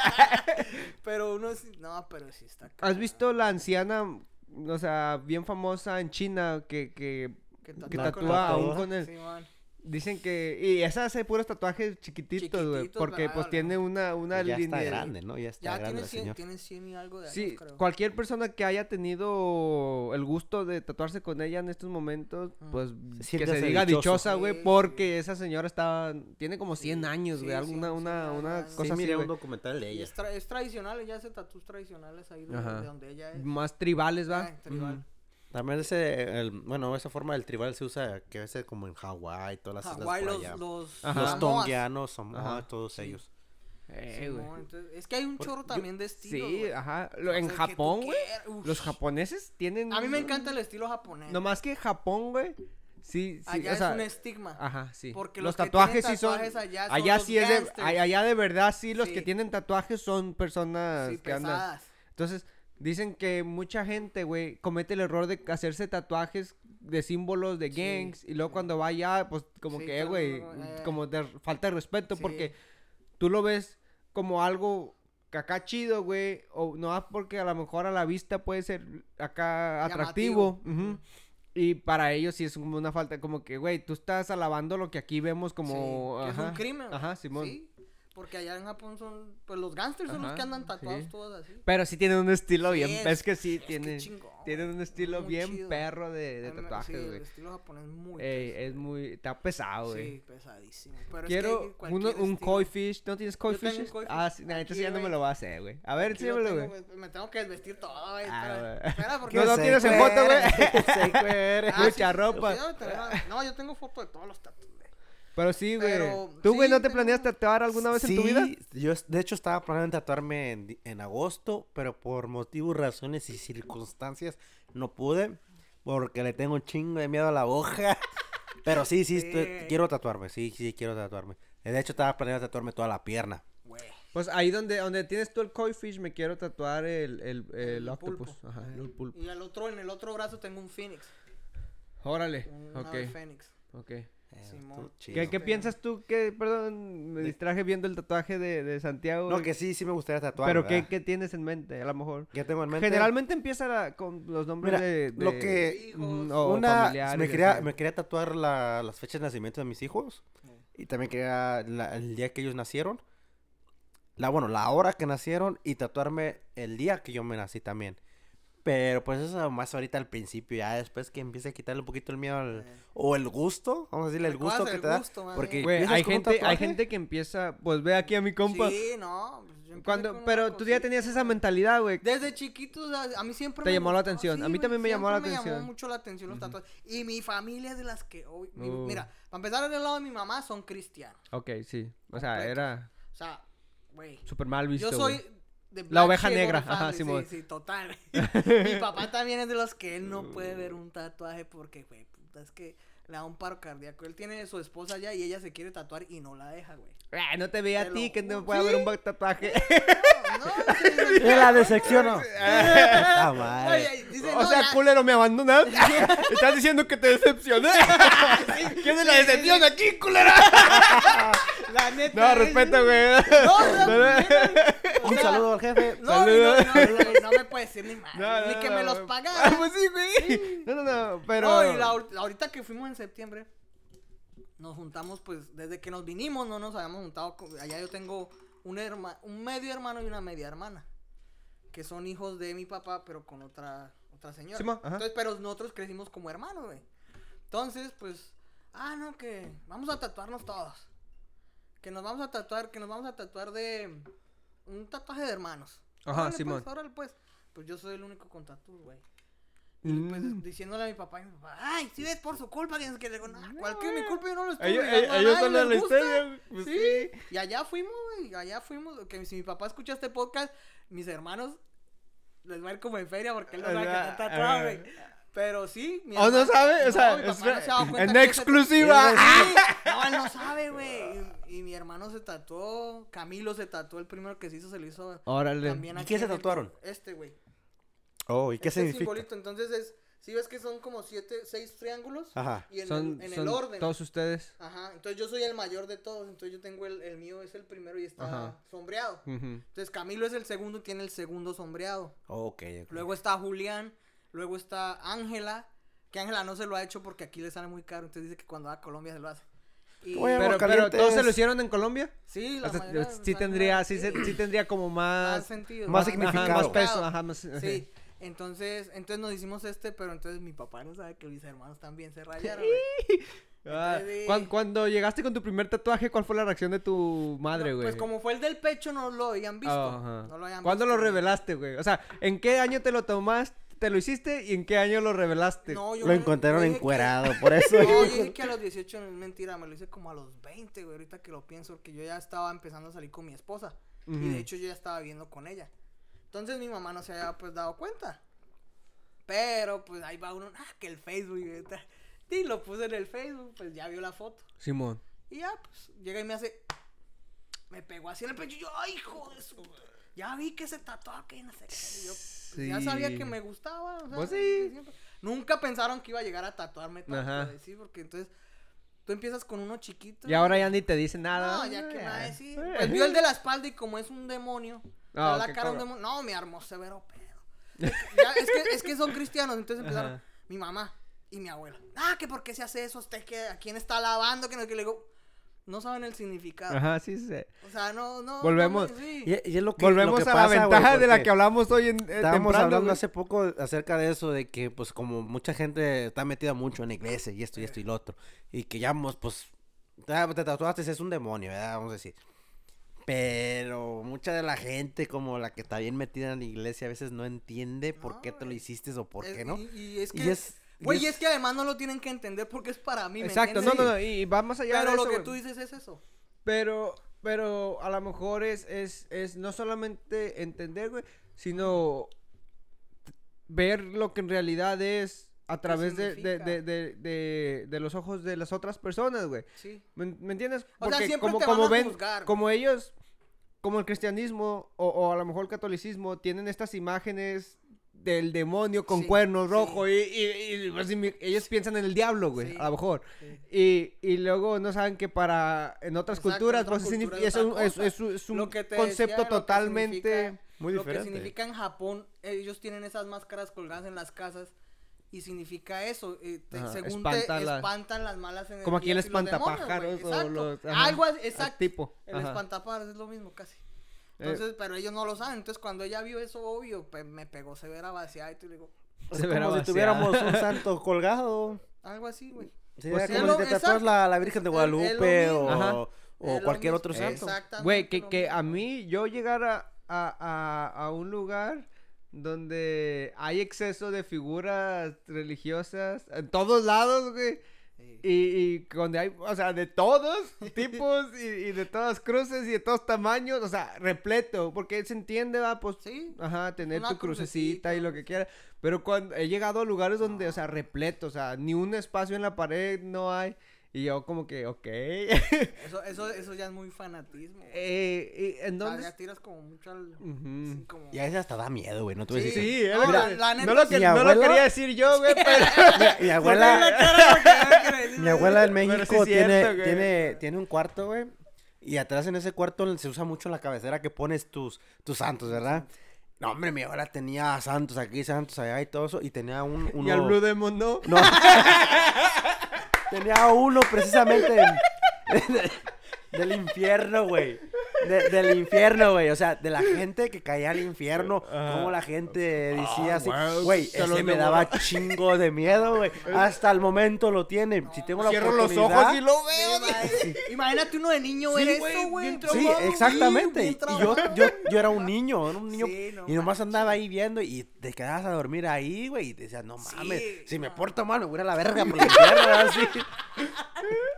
Pero uno sí, no, pero sí está. ¿Has cabrón. visto la anciana, o sea, bien famosa en China que, que Que que tatúa con la tatúa aún cola. con el- Simón. dicen que... Y esa hace puros tatuajes chiquititos, güey. Chiquititos, Porque pero pues no, tiene una, una Pues ya línea... está grande, ¿no? Ya está ya grande tiene el 100, señor. tiene 100 y algo de años, Sí, creo. cualquier persona que haya tenido el gusto de tatuarse con ella en estos momentos, Mm. pues Se que se siente diga dichoso. dichosa, güey, Sí, porque esa señora está tiene como 100 Sí, años, güey, sí, alguna 100, una 100 una años. Sí, cosa así, güey. documental de Y es, tra- es tradicional, ya hace tatuajes tradicionales ahí de Ajá. de donde ella es. Más tribales, Ah, va. en tribal. También ese, el- bueno, esa forma del tribal se usa que a veces como en Hawái, todas las Hawái, islas los, por allá. los, Ajá. Los Samoas. tonguianos, Samoa, Ajá. todos ellos. Eh, güey. Simón, entonces, es que hay un Por- chorro yo- también de estilo. Sí, güey. ajá. Lo- en O sea, el que tú Japón, güey. quieras, uf. Los japoneses tienen. A mí me encanta el estilo japonés. Nomás que Japón, güey. Sí, sí, Allá o es sea, un estigma. Ajá, sí. Porque los los que tienen tatuajes sí son. tatuajes allá son allá los sí es de. gángsters. ay- Allá de verdad sí, los que Sí. tienen tatuajes son personas sí, que andan. pesadas. Entonces, dicen que mucha gente, güey, comete el error de hacerse tatuajes de símbolos de Sí, gangs y luego cuando va allá, pues como Sí, que, eh, todo el güey, mundo como, eh. como de falta de respeto Sí. porque tú lo ves como algo que acá chido, güey, o no ah, porque a lo mejor a la vista puede ser acá atractivo. Llamativo. ujú, Ujú. Y para ellos sí es como una falta, como que, güey, tú estás alabando lo que aquí vemos como... Sí, que es ajá, un crimen. güey. Ajá, Simón. Sí, porque allá en Japón son, pues los gángsters son los Ajá, que andan tatuados sí. todos así. Pero sí tienen un estilo Sí, bien. es- Es, que sí, que tienen, chingón, güey. tienen un estilo Muy bien chido. perro de, de A mí me- tatuajes, sí, güey. el estilo japonés es muy Ey, pesado. es muy. Está pesado, güey. Sí, pesadísimo. Pero es que Quiero hay uno- cualquier un estilo. koi fish. ¿No tienes koi Yo tengo un fish? koi Ah, fish. sí, nah, entonces Aquí, ya no me güey. lo va a hacer, güey. A ver, Aquí lo enséñamelo, tengo, güey. güey, Me tengo que desvestir todo, güey. Ah, espera, güey. espera, porque No lo sé tienes en que foto, güey. eres, sé que eres. Ah, sí, Mucha sí, ropa. sí, yo tengo- No, yo tengo foto de todos los tatuajes. Pero sí, güey. Pero- ¿Tú, güey, sí, no te tengo- planeas tatuar alguna vez en tu vida? Sí, Yo, es- de hecho, estaba planeando tatuarme en, di- en agosto, pero por motivos, razones y circunstancias no pude, porque le tengo un chingo de miedo a la hoja. Pero sí, sí, estoy- Sí. quiero tatuarme, sí, sí, quiero tatuarme. Eh, De hecho, estaba planeando tatuarme toda la pierna. Güey. Pues ahí donde, donde tienes tú el koi fish, me quiero tatuar el, el, el, El octopus. pulpo. Ajá, el pulpo. Y al otro, en el otro brazo tengo un Phoenix. Órale. Un Ok, ave Fénix. ok. Eh, Simón. estuvo chido. ¿Qué, qué Pero- piensas tú? que Perdón, me distraje viendo el tatuaje de, de Santiago. No, güey. que sí, sí me gustaría tatuarme. Pero ¿qué, ¿verdad? qué tienes en mente, a lo mejor? ¿Qué tengo en mente? Generalmente empieza la- con los nombres Mira, de, lo de- que- mm, o Una, familiares, me ya quería, sabes. me quería tatuar la- las fechas de nacimiento de mis hijos. Y también quería la- el día que ellos nacieron. La, bueno, la hora que nacieron y tatuarme el día que yo me nací también. Pero pues eso más ahorita al principio, ya después que empiece a quitarle un poquito el miedo al- Eh. o el gusto, vamos a decirle el ¿Te acuerdas gusto que del te da. gusto, más Porque bien? Güey, empiezas hay con un gente, hay tatuaje, gente que empieza, pues ve aquí a mi compa. Sí, no. pues, yo empecé con Cuando, una pero tú ya cosita. tenías esa mentalidad, güey. Desde chiquitos, a, a mí siempre Te llamó la gustó, atención, a mí güey, también me llamó la siempre Me atención. llamó mucho la atención los tatuajes. Y mi familia es de las que hoy. mi- Uh. Mira, para empezar, del lado de mi mamá son cristianos. Ok, sí. O sea, Completo. era O sea, güey. súper mal visto. Yo soy. güey. de La black oveja sheep of negra, the ajá, family, Simón. Sí, sí, total. mi papá también es de los que él no puede Oh. ver un tatuaje porque, güey, puta, es que le da un paro cardíaco. Él tiene su esposa allá y ella se quiere tatuar y no la deja, güey. Ah, no te veía Te a ti lo que no juro. puede haber un buen tatuaje. No, sí, "Eh, la decepciono. Puta madre. Oye, dice, o no, sea, ya- culero, me abandonas. Estás diciendo que te decepcioné. ¿Quién es la sí, sí, decepción sí. aquí, culera? La neta. No, es- respeto, güey. No, no, no, no, Un saludo al jefe. no, no, no, no me puede decir ni madre, No, no, ni que no, me los güey. pagara. Ah, pues sí, güey. No, no, no, pero. No, y la ahor- la ahorita que fuimos en septiembre, nos juntamos, pues, desde que nos vinimos, no nos habíamos juntado. con- Allá yo tengo un, herma, un medio hermano y una media hermana, que son hijos de mi papá, pero con otra, otra señora. Sí, ma, ajá. Entonces, pero nosotros crecimos como hermanos, güey. Entonces, pues, ah, no, que vamos a tatuarnos todos. Que nos vamos a tatuar, que nos vamos a tatuar de un tatuaje de hermanos. Ajá, Órale, Simón. Pues, órale, pues. Pues yo soy el único con tatu, güey. Mm. Pues es- diciéndole a mi papá, y mi papá, ay, si ves por su culpa, que es que le digo, no, ¿cuál que es mi culpa? Yo no lo estoy Ellos, obligando a ellos nadie, son los de la les gusta". historia. Pues sí. Y allá fuimos, güey, allá fuimos, que si mi papá escucha este podcast, mis hermanos les va a ir como en feria porque él no sabe que Ah, está tatuado, güey. Pero sí, mi ¿O no hermano- sabe? O no, sea, mi papá es no se ha dado en cuenta que ese- exclusiva. Sí, no, él no sabe, güey. Y, y mi hermano se tatuó, Camilo se tatuó, el primero que se hizo se lo hizo Órale. también ¿Y aquí qué se en el- tatuaron? Este, güey. Oh, ¿y qué Este significa? simbolito, entonces es, si ves que son como siete, seis triángulos Ajá. y en, Son, el, en son el orden. todos ustedes. Ajá, entonces yo soy el mayor de todos, entonces yo tengo el, el mío es el primero y está Ajá. Mm. sombreado. Ujú. Entonces Camilo es el segundo, tiene el segundo sombreado. Ok, ok. Luego está Julián, luego está Ángela, que Ángela no se lo ha hecho porque aquí le sale muy caro, entonces dice que cuando va a Colombia se lo hace. Y- Pero, Oye, pero, Aguascalientes. ¿todos se lo hicieron en Colombia? sí, la O sea, mayoría, o sí sea, tendría, sí, se- sí, sí tendría como más más... sentido. más ajá, significado. más peso, ajá, más... Sí, entonces, entonces nos hicimos este, pero entonces mi papá no sabe que mis hermanos también se rayaron. güey. Ah, Entonces, cuan- cuando llegaste con tu primer tatuaje, ¿cuál fue la reacción de tu madre, No, güey? pues como fue el del pecho, no lo habían visto. Ajá. No lo habían ¿Cuándo visto, lo güey. revelaste, güey? O sea, ¿en qué año te lo tomaste, te lo hiciste y en qué año lo revelaste? No, yo Lo me- encontraron yo dije que- encuerado, por eso. No, yo dije que a los 18 no es mentira, me lo hice como a los 20, güey, ahorita que lo pienso, porque yo ya estaba empezando a salir con mi esposa. Y Ujú. de hecho yo ya estaba viviendo con ella. Entonces mi mamá no se había pues dado cuenta. Pero pues ahí va uno, ah, que el Facebook, güey, ta- Y lo puse en el Facebook, pues ya vio la foto. Simón. Y ya, pues, llega y me hace. Me pegó así en el pecho y yo, ¡ay, hijo de su! puta! Ya vi que se tatuaba que no sé qué. Y yo, pues, ya sabía Sí. que me gustaba. o sea, Pues sí. desde siempre. Nunca pensaron que iba a llegar a tatuarme tanto, Ajá. güey, sí, porque entonces. Tú empiezas con uno chiquito. Y ahora ya ni te dice nada. No, ya Ah, que me va a decir. Eh. Pues vio el de la espalda y como es un demonio. Ah, trae la qué cara de un cabrón. demonio. No, me armó severo pedo. Ya, es, que, es que son cristianos, entonces empezaron. Ajá. Mi mamá y mi abuela. Ah, que por qué se hace eso, usted que a quién está lavando, que no, que le digo. No saben el significado. Ajá, sí, sí. O sea, no, no. Volvemos. no me- sí. Y, y es lo que, Volvemos lo que a pasa, la güey, ventaja de la porque que hablamos hoy en eh, Estábamos temprano, hablando güey. hace poco acerca de eso, de que pues como mucha gente está metida mucho en la iglesia y esto y esto y lo otro. Y que ya mos, pues ah, te tatuaste, es un demonio, ¿verdad? Vamos a decir. Pero mucha de la gente como la que está bien metida en la iglesia a veces no entiende por No, qué te lo güey. hiciste o por Es- qué no. Y, y es Y que. es- y güey, y es- es que además no lo tienen que entender porque es para mí. ¿me Exacto, no, entiendes? no, no, y, y va más allá Pero de lo eso, que güey. tú dices es eso. Pero, pero a lo mejor es, es, es no solamente entender, güey, sino ver lo que en realidad es a través de, de, significa? de, de, de- de los ojos de las otras personas, güey. Sí. ¿Me, me entiendes? O sea, siempre como, te van como a ven, juzgar, güey. como ellos, como el cristianismo o, o a lo mejor el catolicismo, tienen estas imágenes del demonio con Sí, cuernos sí. rojo y, y- y, pues, y mi- ellos piensan en el diablo, güey, Sí. a lo mejor. sí. Y, y luego no saben que para en otras Exacto, culturas, otra pues, signif- cultura es, es un, otra es- cosa. es un- es un Lo que te decía, concepto lo que totalmente... significa- Muy Lo diferente. que significa en Japón, ellos tienen esas máscaras colgadas en las casas y significa eso. eh, te- Ajá, según espanta te la- espantan las malas energías. Como aquí el y los demonios, güey, espantapájaros o exacto. los- ajá, Algo así, al exacto. tipo, El ajá. espantapájaros es lo mismo casi. Eh. Entonces, pero ellos no lo saben. Entonces, cuando ella vio eso, obvio, pues, me pegó severa vaciada y tú le digo, Es Se verá como si vaciado. tuviéramos un santo colgado. algo así, güey. Sí, Pues era sí. Es como si lo- te tatuas exacto. la, la Virgen de Es- es lo Guadalupe mismo. Ajá. o, o Es lo cualquier mismo, otro santo. Exactamente Güey, que, lo que mismo. a mí yo llegar a, a- a- a un lugar donde hay exceso de figuras religiosas en todos lados, güey. Sí. Y, y donde hay, o sea, de todos tipos y, y de todas cruces y de todos tamaños, o sea, repleto, porque se entiende, va, pues, Sí. ajá, tener Una tu crucecita y lo que crucecita. quiera. Pero cuando he llegado a lugares donde, o sea, repleto, o sea, ni un espacio en la pared no hay. Y yo como que, ok. eh, Eso, eso, eso ya es muy fanatismo. güey. eh, ¿En O sea, dónde? ya tiras como mucho al... Ujú. sí, como- Y a veces hasta da miedo, güey, no te voy a Sí. decir. Sí, es No, lo la- que- la neta no, lo, sí. que- Mi no lo abuelo- quería decir yo, güey, pero... Mi Ponle abuela, la cara porque no quiero decir Mi nada. abuela en Pero sí México es tiene, cierto, güey. tiene, tiene un cuarto, güey. Y atrás en ese cuarto se usa mucho la cabecera que pones tus, tus santos, ¿verdad? No, hombre, mi abuela tenía santos aquí, santos allá y todo eso. Y tenía un, uno... Y al Blue Demon no. No. tenía uno precisamente de- de- del infierno, güey. De- del infierno, güey. O sea, de la gente que caía al infierno. Como la gente decía así. Ah. güey, Güey, se los ese me devoró". daba chingo de miedo, güey. Hasta el momento lo tiene. Si tengo la Cierro los oportunidad... ojos y lo Sí, veo. madre. Imagínate uno de niño Sí, ver güey, eso, güey. bien Sí, traumado, exactamente. bien Y yo, traumado. yo, yo era un niño, era un niño. Sí, no y nomás andaba ahí viendo y te quedabas a dormir ahí, güey. Y decías, no Sí, mames, si me no. porto mal, me voy a ir a la verga por la tierra, así.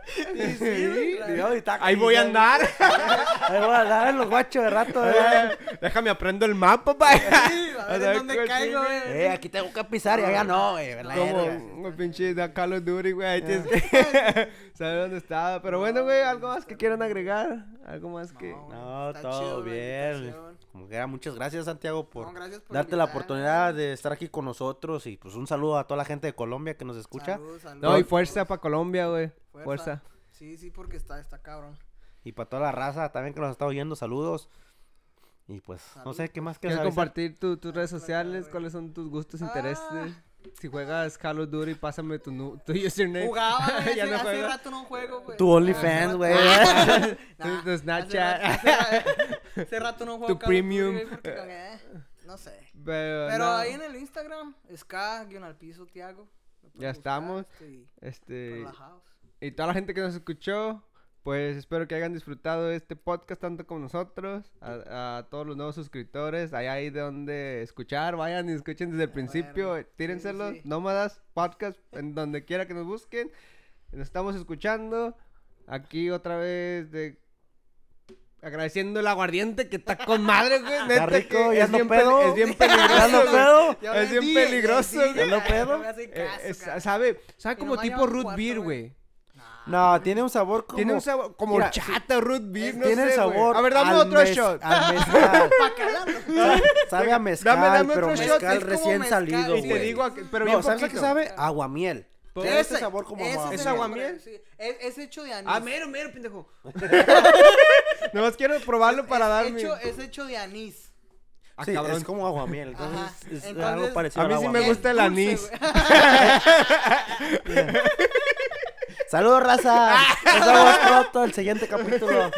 Sí, sí, Y yo, y taca, Ahí voy a y- andar. Ahí voy a andar en los guachos de rato, ¿verdad? Eh, Déjame aprendo el mapa, pa. a ver en dónde caigo, güey. Eh, aquí tengo que pisar y allá no, güey. la Como verga. un pinche de Call of Duty, güey. Ahí tienes que saber dónde estaba. Pero bueno, güey, algo más que quieran agregar. Algo más que. No, No, Está todo chido la bien. invitación. Como que era, muchas gracias, Santiago, por, No, gracias por darte la invitarme. oportunidad de estar aquí con nosotros. Y pues un saludo a toda la gente de Colombia que nos escucha. Saludos, saludos. No, y fuerza para Colombia, güey. Fuerza. Sí, sí, porque está, está cabrón. Y para toda la raza también que nos está oyendo, saludos. Y pues, no sé qué más quieres ¿Quieres avisar? compartir tu- tus redes Claro, sociales? güey. ¿Cuáles son tus gustos, Ah. intereses? Si juegas Call of Duty, pásame tu, nu- tu username. Jugaba, güey, Eh, Ya hace, no hace juego. rato no juego, güey. Ah, Tu OnlyFans, Hace güey. rato- Tu- Nah, tu hace Este Snapchat. rato- Hace ra- hace rato no juego. Tu Call of Duty, premium. güey, porque como que, eh, No sé. Pero, Pero no, ahí en el Instagram, ska-piso, Tiago. Lo puedes Ya buscar, estamos. este, y Este. relajados. Y toda la gente que nos escuchó, pues espero que hayan disfrutado este podcast tanto como nosotros. A, a todos los nuevos suscriptores, ahí hay de donde escuchar, vayan y escuchen desde el principio. sí, sí, Tírenselos, sí. nómadas, podcast, en donde quiera que nos busquen. Nos estamos escuchando. Aquí otra vez de Agradeciendo el aguardiente que está con madre, güey. Neta, rico, que ya es, no bien pedo. pel- es bien peligroso. ando güey. pedo. Ya Es vendí, bien ya peligroso, vendí, güey. ¿No ay, puedo? me hace Eh, caso, es- cara. sabe, sabe Que como nomás tipo llevan root cuarto, beer, güey. güey. No, tiene un sabor como... Tiene un sabor como Mira, chata root beer, no tiene sé, el güey. sabor... A ver, dame al otro mez- shot. Al mezcal. Pa' calarlo. Sa- sabe a mezcal, dame pero otro shot, mezcal es como recién mezcal, salido, güey. y güey. te digo, a que- pero No, bien ¿sabes a qué poquito. sabe? Aguamiel. Todo Tiene ese este sabor como Ah, ese aguamiel. ¿Es el aguamiel? nombre, sí. Es, es hecho de anís. Ah, mero, mero, pendejo. Nomás quiero probarlo para es darme. Hecho, es hecho de anís. Ah, Sí, cabrón. es como aguamiel. Ajá, Entonces, es algo entonces- parecido A mí al sí me aguamiel. gusta. el dulce, anís. güey. ¡Saludos, raza! Nos vemos pronto el siguiente capítulo.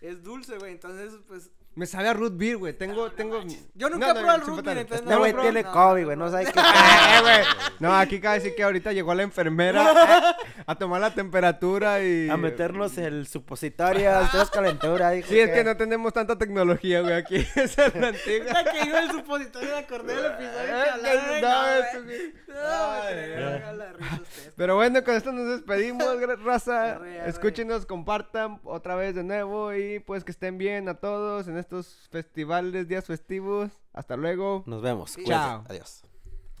Es dulce, güey. Entonces, pues. Me sabe a root beer, güey. Tengo, tengo. Yo nunca he probado el root chúpatela. beer, entonces Este No, güey bro, tiene no, COVID, güey. No sabe qué... Eh, güey. No, aquí cabe decir que ahorita llegó la enfermera a, a tomar la temperatura y. A meternos el supositorio, tres calenturas. dijo Sí, es que no tenemos tanta tecnología, güey. Aquí esa es la antigua. Ahorita que digo el supositorio me acordé del episodio que Eh, hablaron de no, no, eso güey. sí. No, Ay, me ay. traigo la risa ustedes. Pero bueno, con esto nos despedimos, gra- raza. Arre, arre. Escúchenos, compartan otra vez de nuevo y pues que estén bien a todos en estos festivales, días festivos. Hasta luego. Nos vemos. Sí. cuídense, Chao. Adiós.